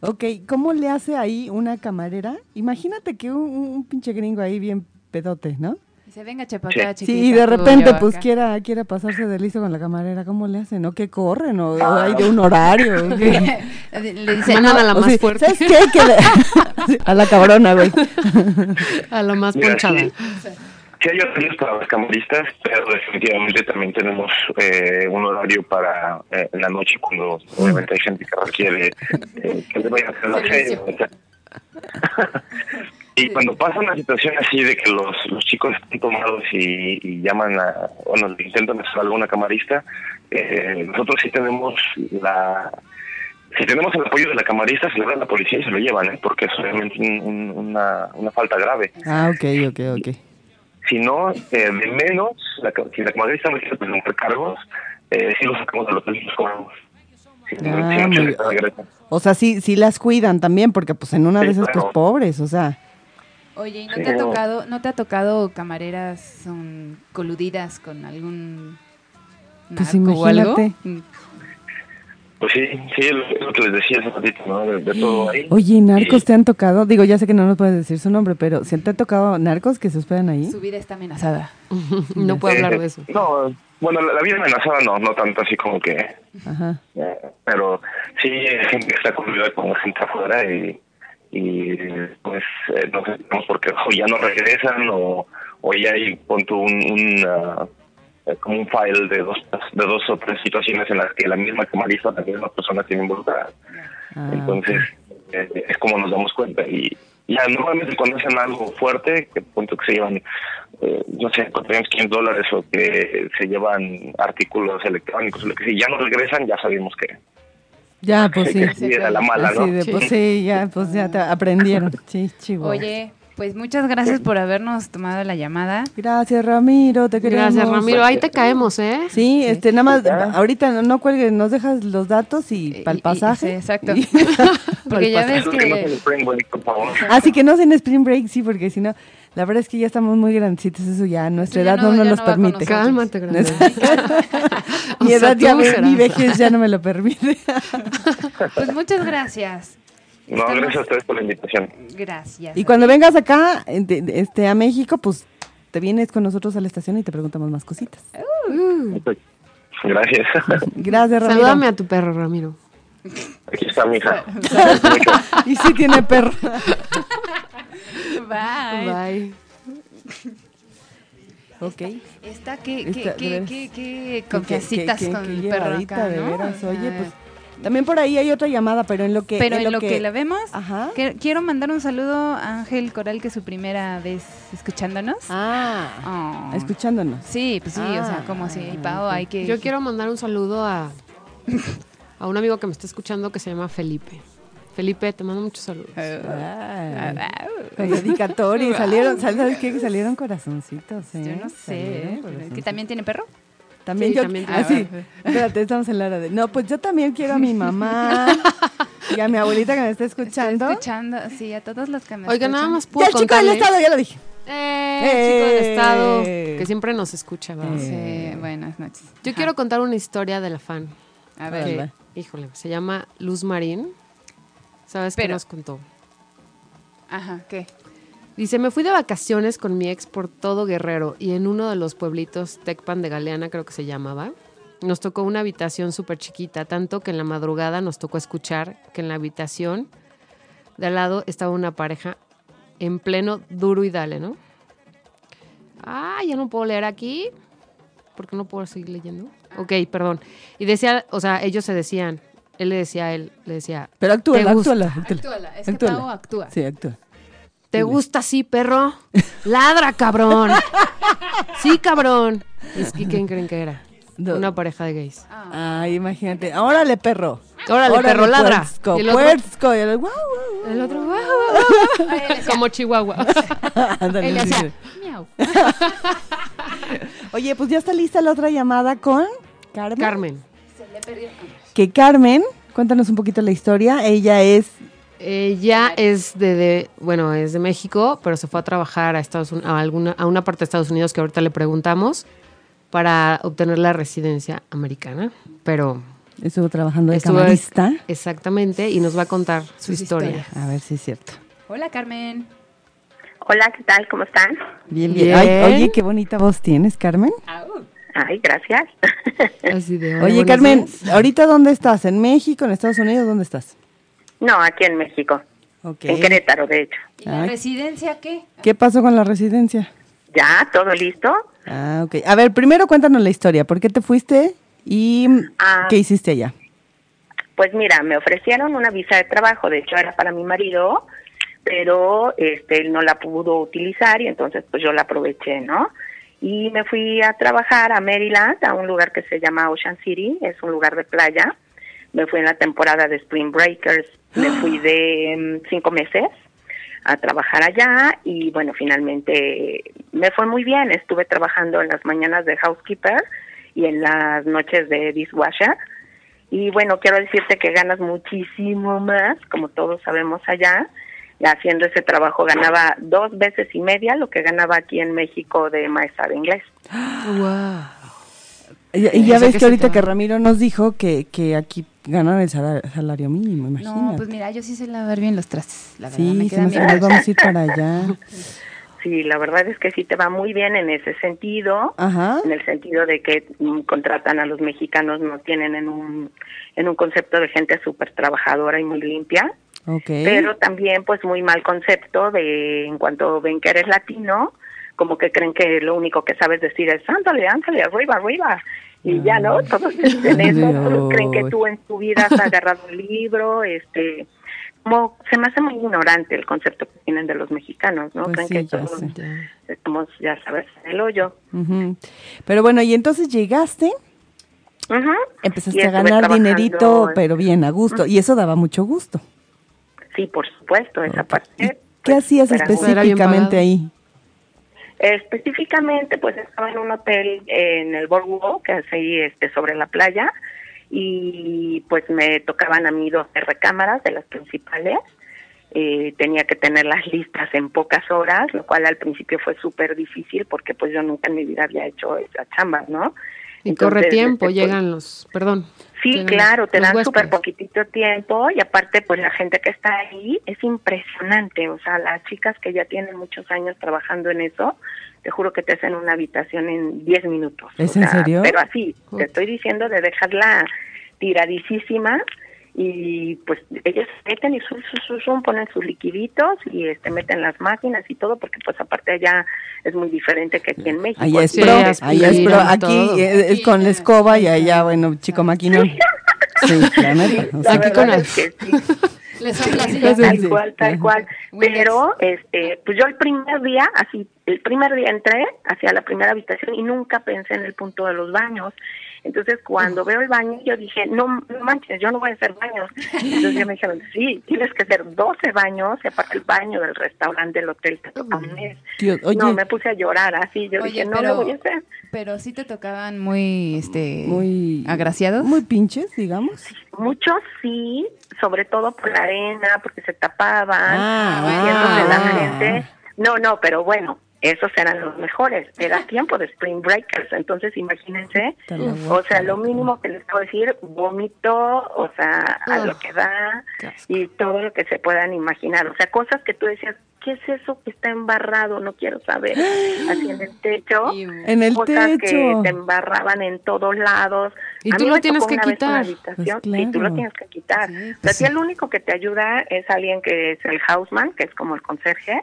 D: Ok, ¿cómo le hace ahí una camarera? Imagínate que un, un pinche gringo ahí bien pedote, ¿no?
F: Y se venga chapacá,
D: Sí,
F: chiquita.
D: y de
F: tú,
D: repente
F: ya
D: pues
F: acá.
D: quiera, quiera pasarse de listo con la camarera, ¿cómo le hacen? ¿O que corren? ¿O, o hay de un horario? ¿O qué?
F: Le dice,
G: Mandan
F: no,
G: a la
D: O
G: más
D: sí,
G: fuerte,
D: ¿Sabes qué? Que de- Sí, A la cabrona, güey.
G: a la más
E: Mira,
G: ponchada.
E: sí, sí hay horarios para los camaristas, pero definitivamente también tenemos eh, un horario para eh, la noche cuando obviamente hay gente que requiere eh, que le vayan a hacer la
F: Servicio.
E: fe, o sea. Y cuando pasa una situación así de que los, los chicos están tomados y, y llaman a, o nos intentan hacer alguna camarista, eh, nosotros sí tenemos la... Si tenemos el apoyo de la camarista, se le da a la policía y se lo llevan, ¿eh? porque es obviamente un- un- una, una falta grave.
D: Ah, ok, ok, ok.
E: Si no, eh, de menos, la, ca- si la camarista no quiere presentar cargos, eh, sí los sacamos del hotel y los cobramos. Si, no-
D: Ah,
E: si no,
D: muy
E: se
D: bien.
E: les regresa.
D: O sea, sí, sí las cuidan también, porque pues en una
E: Sí,
D: de esas pues
E: claro.
D: pobres, o sea.
F: Oye, ¿y no
E: Sí,
F: te ha
E: no.
F: tocado, no te ha tocado camareras son coludidas con algún
D: Pues
F: narco o algo?
D: imagínate.
F: Mm,
E: Pues sí, sí, lo, lo que les decía hace ratito, ¿no? De, de todo ahí.
D: Oye, ¿narcos
E: Y-
D: te han tocado? Digo, ya sé que no nos puedes decir su nombre, pero ¿se te ha tocado narcos que se hospedan ahí?
F: Su vida está amenazada.
G: No puedo
E: Eh,
G: hablar de eso.
E: No, bueno, la, la vida amenazada no, no tanto así como que...
D: Ajá.
E: eh, pero sí, hay gente que está convivida con gente afuera y, y pues eh, no sé, no, porque o ya no regresan o, o ya hay, pon tú, un, un, ah, eh, como un file de dos, de dos o tres situaciones en las que la misma camarista, la misma persona tiene involucrada.
D: Ah,
E: Entonces, eh, es como nos damos cuenta. Y ya normalmente cuando hacen algo fuerte, que punto que se llevan, eh, no sé, 400 dólares o que se llevan artículos electrónicos, lo que sea, y ya no regresan, ya sabemos que,
D: Ya, pues sí.
E: que sí era la mala,
D: Así
E: ¿no?
D: de, pues sí, ya, pues ya te aprendieron. Sí, chivo.
F: Oye, pues muchas gracias por habernos tomado la llamada.
D: Gracias, Ramiro, te queremos.
G: Gracias, Ramiro. Ahí te caemos, ¿eh?
D: Sí, este, nada más,
E: Ya.
D: ahorita no, no cuelgues, nos dejas los datos
F: Y-
D: y para
F: y-
D: el pasaje.
F: sí, exacto.
D: Y-
F: Porque ya ves
E: Lo que no se
F: que
E: les prende, güey, por favor.
D: Así que no en Spring Break, sí, porque si no, la verdad es que ya estamos muy grandecitos, eso ya, nuestra
F: Tú ya
D: edad no,
F: no-
D: nos
F: ya
D: los
F: no va con
D: permite.
F: nosotros.
G: Cálmate, grande.
D: mi
G: O sea,
D: edad
G: tú
D: ya, ve-
G: serás.
D: mi vejez ya no me lo permite.
F: pues muchas gracias.
E: No,
F: Estamos-
E: gracias a ustedes por la invitación.
F: Gracias.
D: Y cuando vengas acá eh, de- de- este, a México, pues te vienes con nosotros a la estación y te preguntamos más cositas.
E: Gracias.
D: Gracias, Ramiro.
G: Salúdame a tu perro, Ramiro.
E: Aquí está mi hija.
D: Y sí tiene perro.
F: Bye.
G: Bye.
D: ok.
F: Está que, que,
D: Esta, de
F: que,
D: veras.
F: que, que confiancitas
D: Qué- qué-
F: con
D: qué
F: el perro
D: llevadita,
F: acá,
D: de
F: ¿no?
D: veras. Oye,
F: Ah,
D: pues también por ahí hay otra llamada, pero en lo que...
F: Pero en lo, que, la vemos,
D: Ajá.
F: que- quiero mandar un saludo a Ángel Coral, que es su primera vez escuchándonos.
D: Ah,
F: Oh.
D: escuchándonos.
F: Sí, pues sí, o sea, como si, Pau, hay que...
G: Yo quiero mandar un saludo a, a un amigo que me está escuchando que se llama Felipe. Felipe, te mando muchos saludos.
D: Ah,
F: Ah,
D: con dedicatoria. y salieron, ¿sabes qué? Que salieron corazoncitos, ¿eh?
F: Yo no sé,
D: Salieron
F: pero
D: corazoncitos.
F: ¿que también tiene perro?
D: También
G: Sí,
D: yo.
G: también
D: ah,
G: tiene-
D: sí. Espérate, estamos en la hora de. No, pues yo también quiero a mi mamá y a mi abuelita que me está escuchando.
F: Estoy escuchando, sí, a todos los que me
G: Oiga,
F: escuchan.
G: nada más
D: Ya
G: puedo
D: el chico del
G: contarles-
D: estado, ya lo dije.
G: Eh, el chico del
D: Eh.
G: estado, que siempre nos escucha. ¿verdad?
F: Sí, eh, buenas noches.
G: Yo quiero contar una historia de la fan.
F: A
D: Órale.
F: ver,
G: que, híjole, se llama Luz Marín. ¿Sabes qué
F: Pero-
G: nos contó?
F: ajá, ¿qué?
G: Dice, me fui de vacaciones con mi ex por todo Guerrero y en uno de los pueblitos, Tecpan de Galeana creo que se llamaba, nos tocó una habitación súper chiquita, tanto que en la madrugada nos tocó escuchar que en la habitación de al lado estaba una pareja en pleno duro y dale, ¿no? Ah, ya no puedo leer aquí, porque no puedo seguir leyendo. Ok, perdón. Y decía, o sea, ellos se decían, él le decía a él, le decía,
D: Pero actúa,
G: ¿Te gusta?
D: actúala, actúala.
F: Actúala, es que
D: Actúala.
F: Pau actúa.
D: Sí, actúa.
G: ¿Te gusta así, perro? Ladra, cabrón. Sí, cabrón. Es que, ¿quién creen que era?
D: No.
G: Una pareja de gays.
D: Ay, imagínate. Órale, perro.
G: Ah, Órale, perro, ladra.
D: Puerco,
G: Y el otro-
D: puerco. Y el guau, guau, guau.
G: El otro, guau, guau, guau, guau. Como Chihuahua.
D: Ándale,
G: Él le
D: sí,
G: hacía,
D: sí.
F: Miau.
D: Oye, pues ya está lista la otra llamada con Carmen.
G: Carmen.
D: Que Carmen, cuéntanos un poquito la historia. Ella es.
G: Ella es de, de- bueno, es de México, pero se fue a trabajar a Estados Unidos, a alguna, a una parte de Estados Unidos que ahorita le preguntamos para obtener la residencia americana. Pero
D: Estuvo trabajando de
G: estuvo-
D: camarista.
G: exactamente y nos va a contar su
F: Sus
G: historia.
F: historias.
D: A ver si es cierto.
F: Hola, Carmen.
H: Hola, ¿qué tal? ¿Cómo están?
D: Bien, bien.
G: Bien.
D: Ay, oye, qué bonita voz tienes, Carmen.
H: Ay, gracias.
G: Así de, hola,
D: Oye,
G: buenos
D: Carmen,
G: días.
D: ¿ahorita dónde estás? ¿En México, en Estados Unidos? ¿Dónde estás?
H: no, aquí en México,
D: Ok.
H: en Querétaro, de hecho.
F: ¿Y la
D: Ay.
F: residencia qué?
D: ¿Qué pasó con la residencia?
H: ¿Ya? ¿Todo listo?
D: Ah, ok. A ver, primero cuéntanos la historia. ¿Por qué te fuiste y mm,
H: Ah.
D: qué hiciste allá?
H: Pues mira, me ofrecieron una visa de trabajo, de hecho era para mi marido, pero este él no la pudo utilizar y entonces pues yo la aproveché, ¿no? Y me fui a trabajar a Maryland, a un lugar que se llama Ocean City, es un lugar de playa. Me fui en la temporada de Spring Breakers, me fui de mm, cinco meses a trabajar allá y bueno, finalmente me fue muy bien, estuve trabajando en las mañanas de housekeeper y en las noches de dishwasher. Y bueno, quiero decirte que ganas muchísimo más, como todos sabemos allá. Haciendo ese trabajo ganaba dos veces y media lo que ganaba aquí en México de maestra de inglés.
G: Guau.
D: Y, y ya
G: O sea,
D: ves
G: que
D: que,
G: sí
D: ahorita
G: te
D: que
G: va.
D: Ramiro nos dijo que, que aquí ganan el salar- salario, mínimo, imagínate.
F: No, pues mira, yo sí sé lavar bien los trastes, la verdad. me
D: sí, se
F: quedan
D: nos
F: bien
D: nos vamos a ir para allá.
H: Sí, la verdad es que sí te va muy bien en ese sentido.
D: Ajá.
H: en el sentido de que mm, contratan a los mexicanos, no tienen en un, en un concepto de gente súper trabajadora y muy limpia,
D: Ok.
H: pero también pues muy mal concepto de en cuanto ven que eres latino, como que creen que lo único que sabes decir es ándale, ándale, arriba, arriba. Y ya,
D: Ah.
H: ¿no? Todos te dicen eso, todos creen que tú en tu vida has agarrado un libro, este... Como, se me hace muy ignorante el concepto que tienen de los mexicanos, ¿no?
D: Pues
H: creen
D: sí,
H: que
D: ya
H: todos
D: sé.
H: estamos, ya sabes, en el hoyo.
D: Ujú. Pero bueno, y entonces llegaste,
H: Ujú. Y
D: empezaste a
H: estuve
D: ganar
H: trabajando
D: dinerito,
H: en-
D: pero bien, a gusto. Y eso daba mucho gusto.
H: Sí, por supuesto, esa parte.
D: ¿Y ¿Qué
H: pues,
D: hacías
H: era muy-
G: Era bien
D: específicamente
G: pagado.
D: ahí?
H: Específicamente, pues estaba en un hotel en el Boardwalk, que es ahí este, sobre la playa, y pues me tocaban a mí 12 recámaras de las principales. Eh, tenía que tenerlas listas en pocas horas, lo cual al principio fue súper difícil porque pues yo nunca en mi vida había hecho esa chamba, ¿no?
G: Y corre
H: Entonces,
G: tiempo,
H: este, pues,
G: llegan los, perdón.
H: Sí,
G: llegan
H: claro, te
G: los
H: dan súper
G: huéspedes.
H: poquitito tiempo y aparte pues la gente que está ahí es impresionante, o sea, las chicas que ya tienen muchos años trabajando en eso, te juro que te hacen una habitación en 10 minutos.
D: ¿Es
H: o
D: en
H: sea,
D: serio?
H: Pero así,
G: Uy.
H: te estoy diciendo de dejarla tiradísima y pues ellos meten y zum, zum, zum, zum, ponen sus liquiditos y este meten las máquinas y todo porque pues aparte allá es muy diferente que aquí en México.
D: Allá es
G: Sí,
D: pro,
G: aspiran
D: allá es pro. Aquí
G: todo.
D: eh, es con la escoba y allá, bueno, chico maquinón. Sí, la neta. o sea,
H: La
G: Aquí con
H: verdad
G: el-
H: es que sí.
G: Les habla así,
D: ya.
H: tal
D: Sí.
H: cual, tal
D: Ajá.
H: cual.
G: Muy bien.
H: Pero, este, pues yo el primer día, así, el primer día entré hacia la primera habitación y nunca pensé en el punto de los baños. Entonces, cuando veo el baño, yo dije, no, no manches, yo no voy a hacer baños. Entonces, ya me dijeron, sí, tienes que hacer 12 baños, y aparte el baño del restaurante, del hotel, te toca un mes.
D: Dios, oye,
H: No, me puse a llorar así, yo
F: Oye,
H: dije, no
F: pero-
H: lo voy a hacer.
F: Pero sí te tocaban muy, este,
D: muy
F: agraciados.
D: Muy pinches, digamos.
H: Muchos sí, sobre todo por la arena, porque se tapaban.
D: Ah,
H: y entonces la
D: ah.
H: gente. No, no, pero bueno, esos eran los mejores. Era tiempo de Spring Breakers, entonces imagínense.
D: Puta la
H: O sea, lo mínimo que les puedo decir, vómito, o sea, a
G: Ugh.
H: lo que da
G: Qué asco.
H: y todo lo que se puedan imaginar. O sea, cosas que tú decías, ¿qué es eso que está embarrado? No quiero saber. Así en el techo.
F: Y-
D: En el
H: cosas que
D: techo.
H: te embarraban en todos lados.
G: Y
H: A
G: tú
H: mí
G: lo
H: me
G: tienes
H: tocó
G: que
H: una vez una
G: quitar.
H: habitación,
D: Pues
H: Sí, tú lo
D: claro.
H: tienes que quitar.
F: Sí,
H: O sea,
F: pues
H: a
F: sí.
H: ti el único que te ayuda es alguien que es el houseman, que es como el conserje,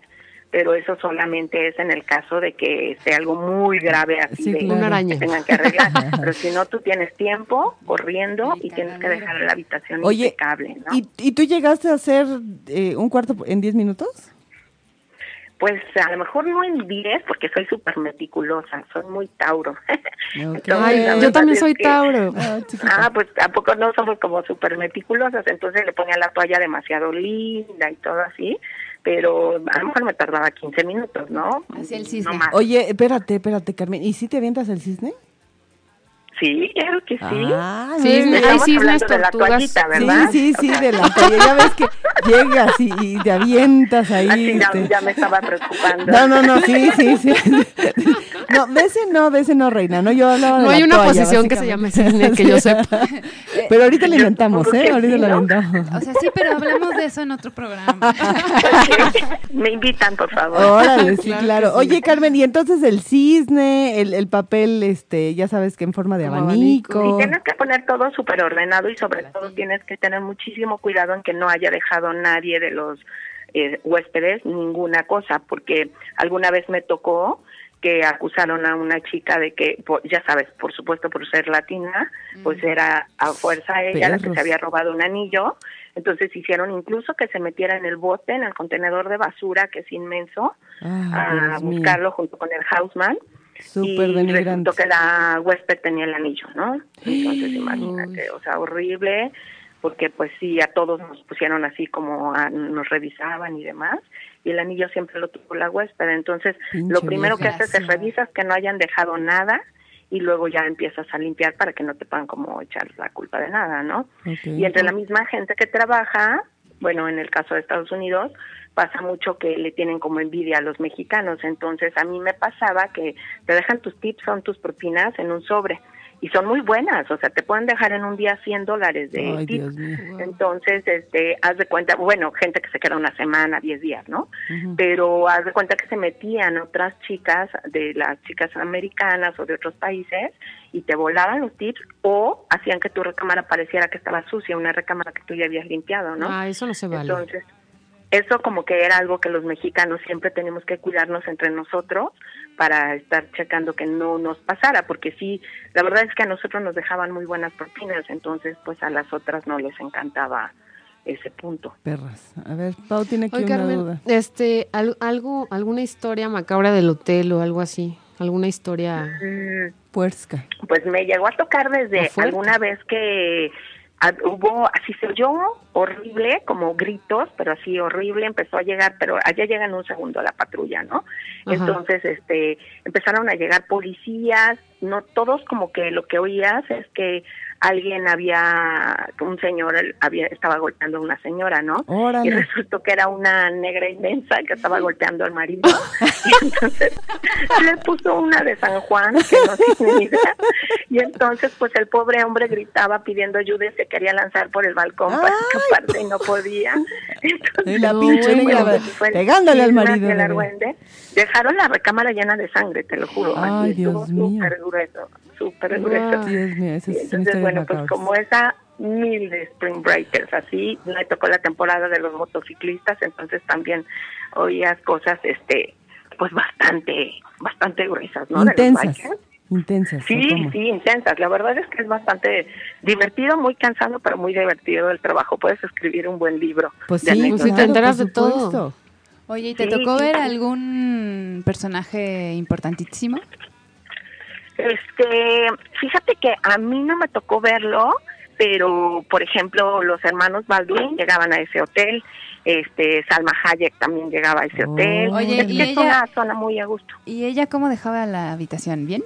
H: pero eso solamente es en el caso de que sea algo muy grave así
D: Sí,
H: de
D: claro.
G: Una araña.
H: que tengan que arreglar. pero si no, tú tienes tiempo corriendo
F: Y
H: y tienes que
F: cagadero.
H: dejar la habitación
D: Oye,
H: impecable, ¿no?
D: ¿Y, y tú llegaste a hacer eh, un cuarto en 10 minutos?
H: Pues a lo mejor no en 10, porque soy súper meticulosa, soy muy Tauro. Entonces,
G: Ay,
H: la
G: yo
H: verdad
G: también
H: es
G: soy
H: que-
G: Tauro.
H: Ah, pues tampoco no somos como súper meticulosas, entonces le ponía la toalla demasiado linda y todo así, pero a lo mejor me tardaba 15 minutos, ¿no?
F: Hacía el cisne.
H: No más.
D: Oye, espérate, espérate, Carmen. ¿Y si te avientas el cisne?
H: Sí, claro que sí.
D: Ah,
G: Cisne.
D: ¿ves?
G: Hay
H: Estamos
G: cisnes,
H: hablando de la
G: tortugas.
H: toallita, ¿verdad?
D: Sí, sí, sí, de la calle. Ya ves que llegas y, y te avientas ahí.
H: Así ya,
D: este.
H: ya me estaba preocupando.
D: No, no, no, sí, sí, sí. No, de ese no, de ese no, reina. No, yo hablaba de
G: No hay
D: la
G: una
D: toalla,
G: posición que se llame
D: básicamente.
G: cisne, que yo sepa.
D: Pero ahorita la
H: Yo
D: inventamos,
H: supongo
D: ¿eh?
H: que
D: Ahorita
H: sí,
D: la
H: ¿no?
D: inventamos.
F: O sea, sí, pero hablamos de eso en otro programa.
H: Ok, Me invitan, por favor.
D: Órale, sí,
G: Claro que
D: claro.
G: sí.
D: Oye, Carmen, y entonces el cisne, el, el papel, este, ya sabes que en forma de
G: Como
D: abanico.
H: Y tienes que poner todo súper ordenado y sobre todo tienes que tener muchísimo cuidado en que no haya dejado nadie de los eh, huéspedes ninguna cosa, porque alguna vez me tocó que acusaron a una chica de que, por- ya sabes, por supuesto por ser latina, pues era a fuerza ella la que
D: Mm. Perros.
H: se había robado un anillo, entonces hicieron incluso que se metiera en el bote, en el contenedor de basura, que es inmenso,
D: Ah,
H: a
D: Dios mío.
H: buscarlo junto con el houseman
D: Súper
H: y
D: denigrante.
H: resultó que la huésped tenía el anillo, ¿no? Entonces, imagínate, o sea, horrible, porque pues sí, a todos nos pusieron así como a- nos revisaban y demás, y el anillo siempre lo tuvo la huésped. Entonces,
D: Pinche
H: lo primero que haces es
F: desgraciada.
H: revisas que no hayan dejado nada y luego ya empiezas a limpiar para que no te puedan como echar la culpa de nada, ¿no?
D: Ok.
H: Y entre la misma gente que trabaja, bueno, en el caso de Estados Unidos, pasa mucho que le tienen como envidia a los mexicanos. Entonces, a mí me pasaba que te dejan tus tips, son tus propinas en un sobre. Y son muy buenas, o sea, te pueden dejar en un día 100 dólares de
D: Ay, Dios
H: tips.
D: mío.
H: Entonces, este, haz de cuenta, bueno, gente que se queda una semana, 10 días, ¿no? Pero haz de cuenta que se metían otras chicas, de las chicas americanas o de otros países, y te volaban los tips o hacían que tu recámara pareciera que estaba sucia, una recámara que tú ya habías limpiado, ¿no?
G: Ah, eso no se vale.
H: Entonces, eso como que era algo que los mexicanos siempre tenemos que cuidarnos entre nosotros para estar checando que no nos pasara, porque sí, la verdad es que a nosotros nos dejaban muy buenas propinas, entonces pues a las otras no les encantaba ese punto.
D: Perras. A ver, Pau tiene aquí
G: Oye,
D: una
G: Carmen,
D: duda.
G: este, al- algo, alguna historia macabra del hotel o algo así, alguna historia.
H: Mm,
D: Puersca.
H: Pues me llegó a tocar
G: Lo
H: desde
G: fuerte.
H: alguna vez que ah, hubo, así se oyó horrible, como gritos, pero así horrible, empezó a llegar, pero allá llega en un segundo la patrulla, ¿no?
G: Ajá.
H: Entonces, este, empezaron a llegar policías, no todos como que lo que oías es que alguien había, un señor había, estaba golpeando a una señora, ¿no?
D: Órale.
H: Y resultó que era una negra inmensa que estaba golpeando al marido. Y entonces le puso una de San Juan, que no tiene ni idea. Y entonces, pues el pobre hombre gritaba pidiendo ayuda y se quería lanzar por el balcón para
D: ¡Ay!
H: escaparse y no podía.
D: Y
H: Entonces,
D: la
G: No,
D: pinche
G: bueno,
D: niña
H: bueno,
D: va-
H: pues, fue el
D: pegándole al
H: chisme
D: marido.
H: del
D: la verdad.
H: argüende. Dejaron la recámara llena de sangre, te lo juro.
D: Ay,
H: así, estuvo
D: Dios mío.
H: Súper grueso, súper
G: Wow.
H: grueso.
D: Dios mío, esa
H: Y
D: es una
H: Ah, entonces,
D: historia
H: bueno, pues
D: macabra.
H: como esa, mil de Spring Breakers, así me tocó la temporada de los motociclistas, entonces también oías cosas, este, pues bastante, bastante gruesas, ¿no? De los
D: Intensas.
H: bikers.
D: Intensas. ¿o
H: Sí,
D: cómo?
H: sí, intensas. La verdad es que es bastante divertido, muy cansado, pero muy divertido el trabajo. Puedes escribir un buen libro.
D: Pues
H: de
D: sí,
G: Pues sí,
H: anécdotas.
G: te
D: claro,
G: enteras
D: por
G: de todo.
D: supuesto.
F: Oye, ¿y te
H: Sí,
F: tocó
H: sí,
F: ver
H: sí.
F: algún personaje importantísimo?
H: Este, fíjate que a mí no me tocó verlo, pero por ejemplo los hermanos Baldwin llegaban a ese hotel, este Salma Hayek también llegaba a ese
D: Oh.
H: hotel.
D: Oye,
H: es
D: ¿y
H: que es
F: ella-
H: una zona muy a gusto.
F: ¿Y ella cómo dejaba la habitación? ¿Bien?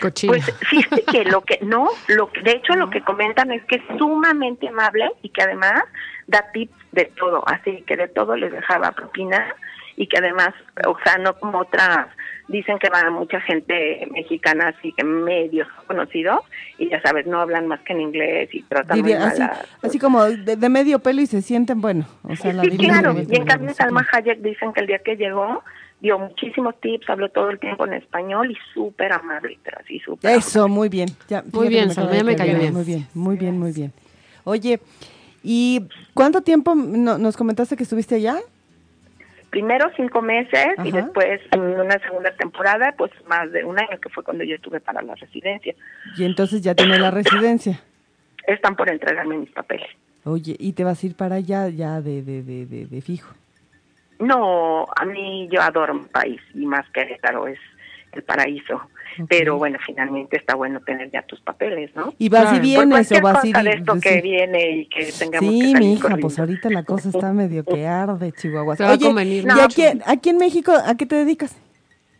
G: Cochina.
H: Pues fíjate que lo que no, lo que, de hecho lo que comentan es que es sumamente amable y que además da tips de todo, así que de todo les dejaba propina y que además, o sea, no como otras, dicen que va mucha gente mexicana, así que medios conocidos y ya sabes, no hablan más que en inglés y tratan
D: Diría,
H: muy mal
D: así,
H: a-
D: así como de, de medio pelo y se sienten, bueno, o sea, la
H: sí,
D: vida
H: claro.
D: de-
H: Y en cambio
D: sí,
H: Salma Hayek dicen que el día que llegó dio muchísimos tips, habló todo el tiempo en español y súper amable, pero así súper.
D: Eso, muy bien. Ya, fíjate que
G: bien,
D: me acaba
G: Salma, ya
D: de
G: me cayó
D: caer
G: bien.
D: Muy bien, muy bien, muy bien. Oye, ¿y cuánto tiempo no- nos comentaste que estuviste allá?
H: primero cinco meses y
D: Ajá.
H: después en una segunda temporada, pues más de un año que fue cuando yo estuve para la residencia.
D: Y entonces ya tienes la residencia.
H: Están por entregarme mis papeles.
D: Oye, y te vas a ir para allá ya de, de, de, de, de fijo.
H: No, a mí yo adoro mi país y más que Querétaro es el paraíso.
D: Ok.
H: Pero bueno, finalmente está bueno tener ya tus papeles, ¿no?
D: ¿Y vas y
G: Claro.
H: Por
D: vienes o
H: cualquier
D: vas y
H: cosa de
D: vi-
H: esto
D: sí.
H: que viene y que tengamos que
D: Sí,
H: salir
D: mi hija,
H: corriendo.
D: pues ahorita la cosa está medio que arde, Chihuahua.
G: Te va a
D: Oye,
G: convenir pues,
D: ¿y
G: mucho.
D: aquí, aquí en México a qué te dedicas?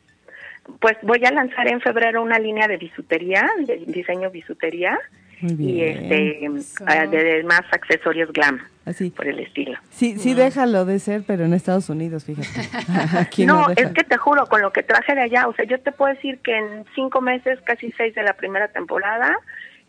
H: Pues voy a lanzar en febrero una línea de bisutería, de diseño bisutería
D: Muy bien.
H: y este
F: Eso.
H: ah, de, de más accesorios glam
D: Así.
H: por el estilo.
D: Sí, sí, déjalo de ser, pero en Estados Unidos, fíjate. Aquí no,
H: No, es
D: deja.
H: que te juro, con lo que traje de allá, o sea, yo te puedo decir que en cinco meses, casi seis de la primera temporada,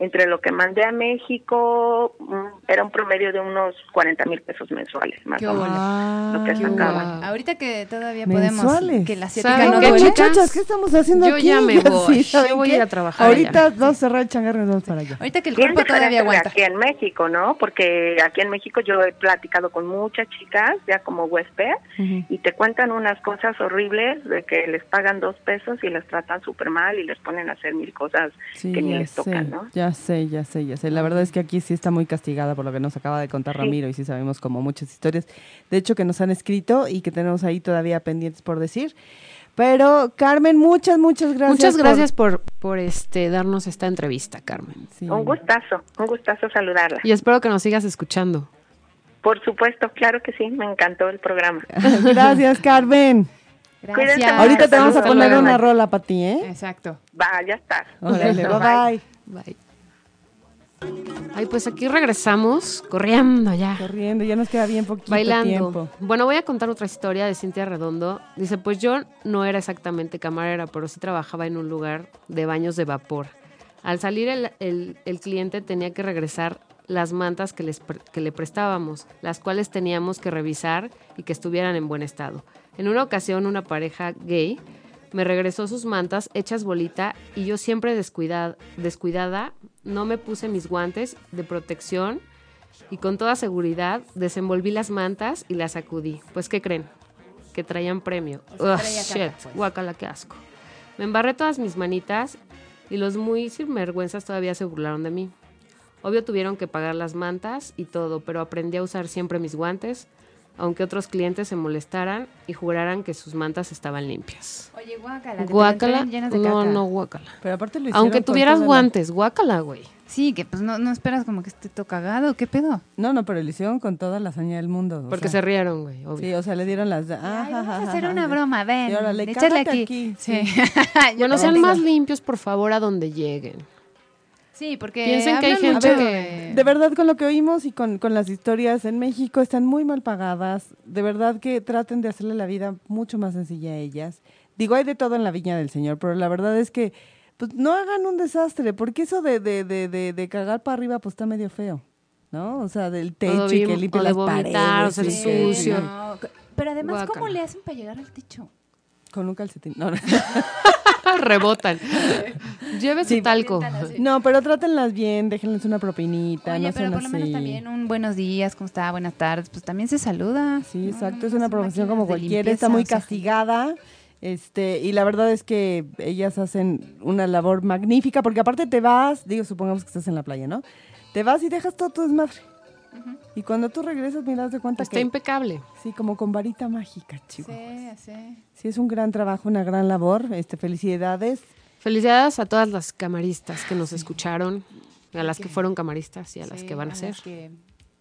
H: entre lo que mandé a México, mm, era un promedio de unos 40 mil pesos mensuales, más
F: Qué
H: o menos.
D: Ah,
H: lo que
F: Qué
H: sacaba.
F: guau. Ahorita que todavía
D: Mensuales.
F: podemos, que la asiática
G: ¿Saben
F: no
G: qué,
D: Oigan,
F: duele.
G: chicas?
D: muchachas, ¿qué estamos haciendo
G: Yo
D: aquí?
G: ya me voy.
D: Sí, ¿saben
G: Yo voy
D: qué?
G: a ir a trabajar
D: Ahorita vamos a cerrar el changarro y nos vamos para allá.
F: Ahorita que el
H: Bien
F: cuerpo todavía
H: diferente de
F: aguanta.
H: aquí en México, ¿no? Porque aquí en México yo he platicado con muchas chicas, ya como huésped,
D: Ujú.
H: y te cuentan unas cosas horribles de que les pagan dos pesos y les tratan súper mal y les ponen a hacer mil cosas
D: Sí,
H: que ni
D: ya
H: les
D: sé,
H: tocan, ¿no?
D: ya sé, ya sé, ya sé. La verdad es que aquí sí está muy castigada por lo que nos acaba de contar Ramiro y sí sabemos como muchas historias. De hecho, que nos han escrito y que tenemos ahí todavía pendientes por decir. Pero, Carmen, muchas, muchas gracias.
G: Muchas
D: por-
G: gracias por, por este darnos esta entrevista, Carmen.
D: Sí.
H: Un gustazo, un gustazo saludarla.
G: Y espero que nos sigas escuchando.
H: Por supuesto, claro que sí, me encantó el programa.
D: gracias, Carmen.
H: Cuídense.
F: Gracias.
G: Ah,
D: Ahorita te vamos a
H: Hasta
D: poner
G: luego.
D: una rola para ti, ¿eh?
F: Exacto.
H: Va, ya está.
D: Órale, bye bye.
G: Bye. Ay, pues aquí regresamos corriendo ya.
D: Corriendo, ya nos queda bien poquito
G: Bailando.
D: tiempo.
G: Bueno, voy a contar otra historia de Cintia Redondo. Dice, pues yo no era exactamente camarera, pero sí trabajaba en un lugar de baños de vapor. Al salir el, el- el cliente tenía que regresar las mantas que, les pre- que le prestábamos, las cuales teníamos que revisar y que estuvieran en buen estado. En una ocasión una pareja gay me regresó sus mantas hechas bolita y yo siempre descuida- descuidada no me puse mis guantes de protección y con toda seguridad desenvolví las mantas y las sacudí. Pues, ¿qué creen? Que traían premio.
F: sea,
G: Ugh,
F: traía caca,
G: shit,
F: pues.
G: guácala, qué asco. Me embarré todas mis manitas y los muy sinvergüenzas todavía se burlaron de mí. Obvio tuvieron que pagar las mantas y todo, pero aprendí a usar siempre mis guantes, aunque otros clientes se molestaran y juraran que sus mantas estaban limpias.
F: Oye, guácala.
G: Guácala.
F: Llenas de
G: No,
F: caca.
G: no, guácala.
D: Pero aparte lo hicieron
G: Aunque
D: con
G: tuvieras
D: toda la-
G: guantes, guácala, güey.
F: Sí, que pues no, no esperas como que esté todo cagado. ¿Qué pedo?
D: No, no, pero lo hicieron con toda la hazaña del mundo. o
G: Porque
D: sea.
G: se rieron, güey, obvio.
D: Sí, o sea, le dieron las... ah,
F: Ay, vamos a
D: ajajaja,
F: hacer una
D: sí.
F: broma, ven.
D: Y órale,
F: échale
D: cálmate
F: aquí.
D: aquí,
F: Sí.
D: sí.
F: Yo
G: Bueno,
F: no
G: sean
F: sé.
G: más limpios, por favor, a donde lleguen.
F: Sí, porque
G: Piensen que hay
F: hablan
G: gente
F: mucho
G: que-
F: de-
D: De verdad, con lo que oímos y con, con las historias en México están muy mal pagadas. De verdad que traten de hacerle la vida mucho más sencilla a ellas. Digo, hay de todo en la viña del Señor, pero la verdad es que pues, no hagan un desastre, porque eso de, de, de, de, de cagar para arriba pues está medio feo, ¿no? O sea, del techo y
G: bim-
D: que limpie
G: o de
D: las
G: vomitar,
D: paredes.
G: o ser
D: y-
F: Sí,
G: sucio.
F: no. Pero además, ¿cómo
G: Guácala.
F: le hacen para llegar al techo?
D: Con un calcetín. No, no.
G: Rebotan. Lleve su
D: Sí.
G: talco.
F: Aviéntala, sí.
D: No, pero trátenlas bien, déjenles una propinita,
F: Este, Oye,
D: no
F: pero
D: sean
F: por lo menos
D: así.
F: también un buenos días, ¿cómo está? Buenas tardes, pues también se saluda.
D: Sí,
F: No,
D: exacto,
F: no,
D: es
F: no
D: una
F: son
D: profesión como
F: máquinas de
D: cualquiera,
F: limpieza,
D: está muy
F: o sea,
D: castigada. Este, y la verdad es que ellas hacen una labor magnífica, porque aparte te vas, digo, supongamos que estás en la playa, ¿no? Te vas y dejas todo tu desmadre. Y cuando tú regresas, miras de cuenta
G: Está
D: que.
G: impecable.
D: Sí, como con varita mágica, chicos.
F: Sí, sí.
D: Sí, es un gran trabajo, una gran labor. Este, felicidades.
G: Felicidades a todas las camaristas que nos escucharon, a las que fueron camaristas y a las
F: Sí,
G: que van a ser.
F: las que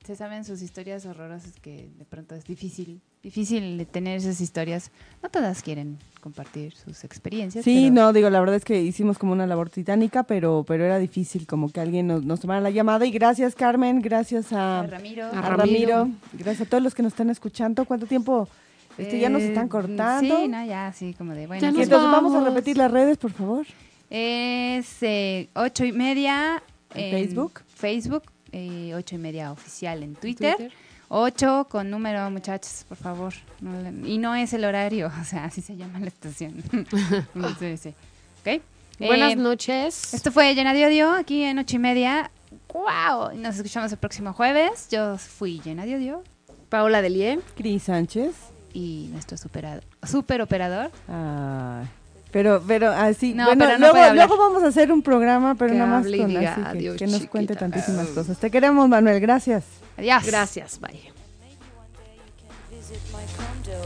F: se saben sus historias horrorosas que de pronto es difícil, difícil de tener esas historias. No todas quieren compartir sus experiencias.
D: Sí,
F: pero-
D: no, digo, la verdad es que hicimos como una labor titánica, pero, pero era difícil como que alguien nos, nos tomara la llamada. Y gracias, Carmen, gracias a,
F: A Ramiro.
D: a
G: A
D: Ramiro.
G: Ramiro.
D: Gracias a todos los que nos están escuchando. ¿Cuánto tiempo? Este, ya nos
F: Eh,
D: están cortando.
F: Sí, no, ya, sí, como de bueno. pues
G: Ya
D: Y
G: nos
F: sí.
D: entonces vamos. a
G: vamos.
D: repetir las redes, por favor.
F: Es eh, ocho y media
D: ¿En Facebook?
F: Facebook, eh, ocho y media oficial en Twitter.
G: Twitter.
F: Ocho con número, muchachos, por favor. No le- y no es el horario, o sea, así se llama la estación. sí, sí. ¿Ok?
G: Buenas
F: Eh,
G: noches.
F: Esto fue Llena de Odio, aquí en ocho y media. ¡Wow! Nos escuchamos el próximo jueves. Yo fui Llena de Odio
G: Paola Delie.
D: Cris Sánchez.
F: y nuestro superado- superoperador.
D: Ah, pero, pero así.
F: No,
D: bueno,
F: pero no puede
D: luego,
F: hablar.
D: luego vamos a hacer un programa, pero
G: Que
D: nada más
G: hable y
D: con
G: diga
D: así que,
G: adiós,
D: que nos cuente
G: chiquita.
D: tantísimas cosas. Te queremos, Manuel. Gracias.
F: Adiós.
G: Gracias, bye.
I: Maybe one day you can visit my condo.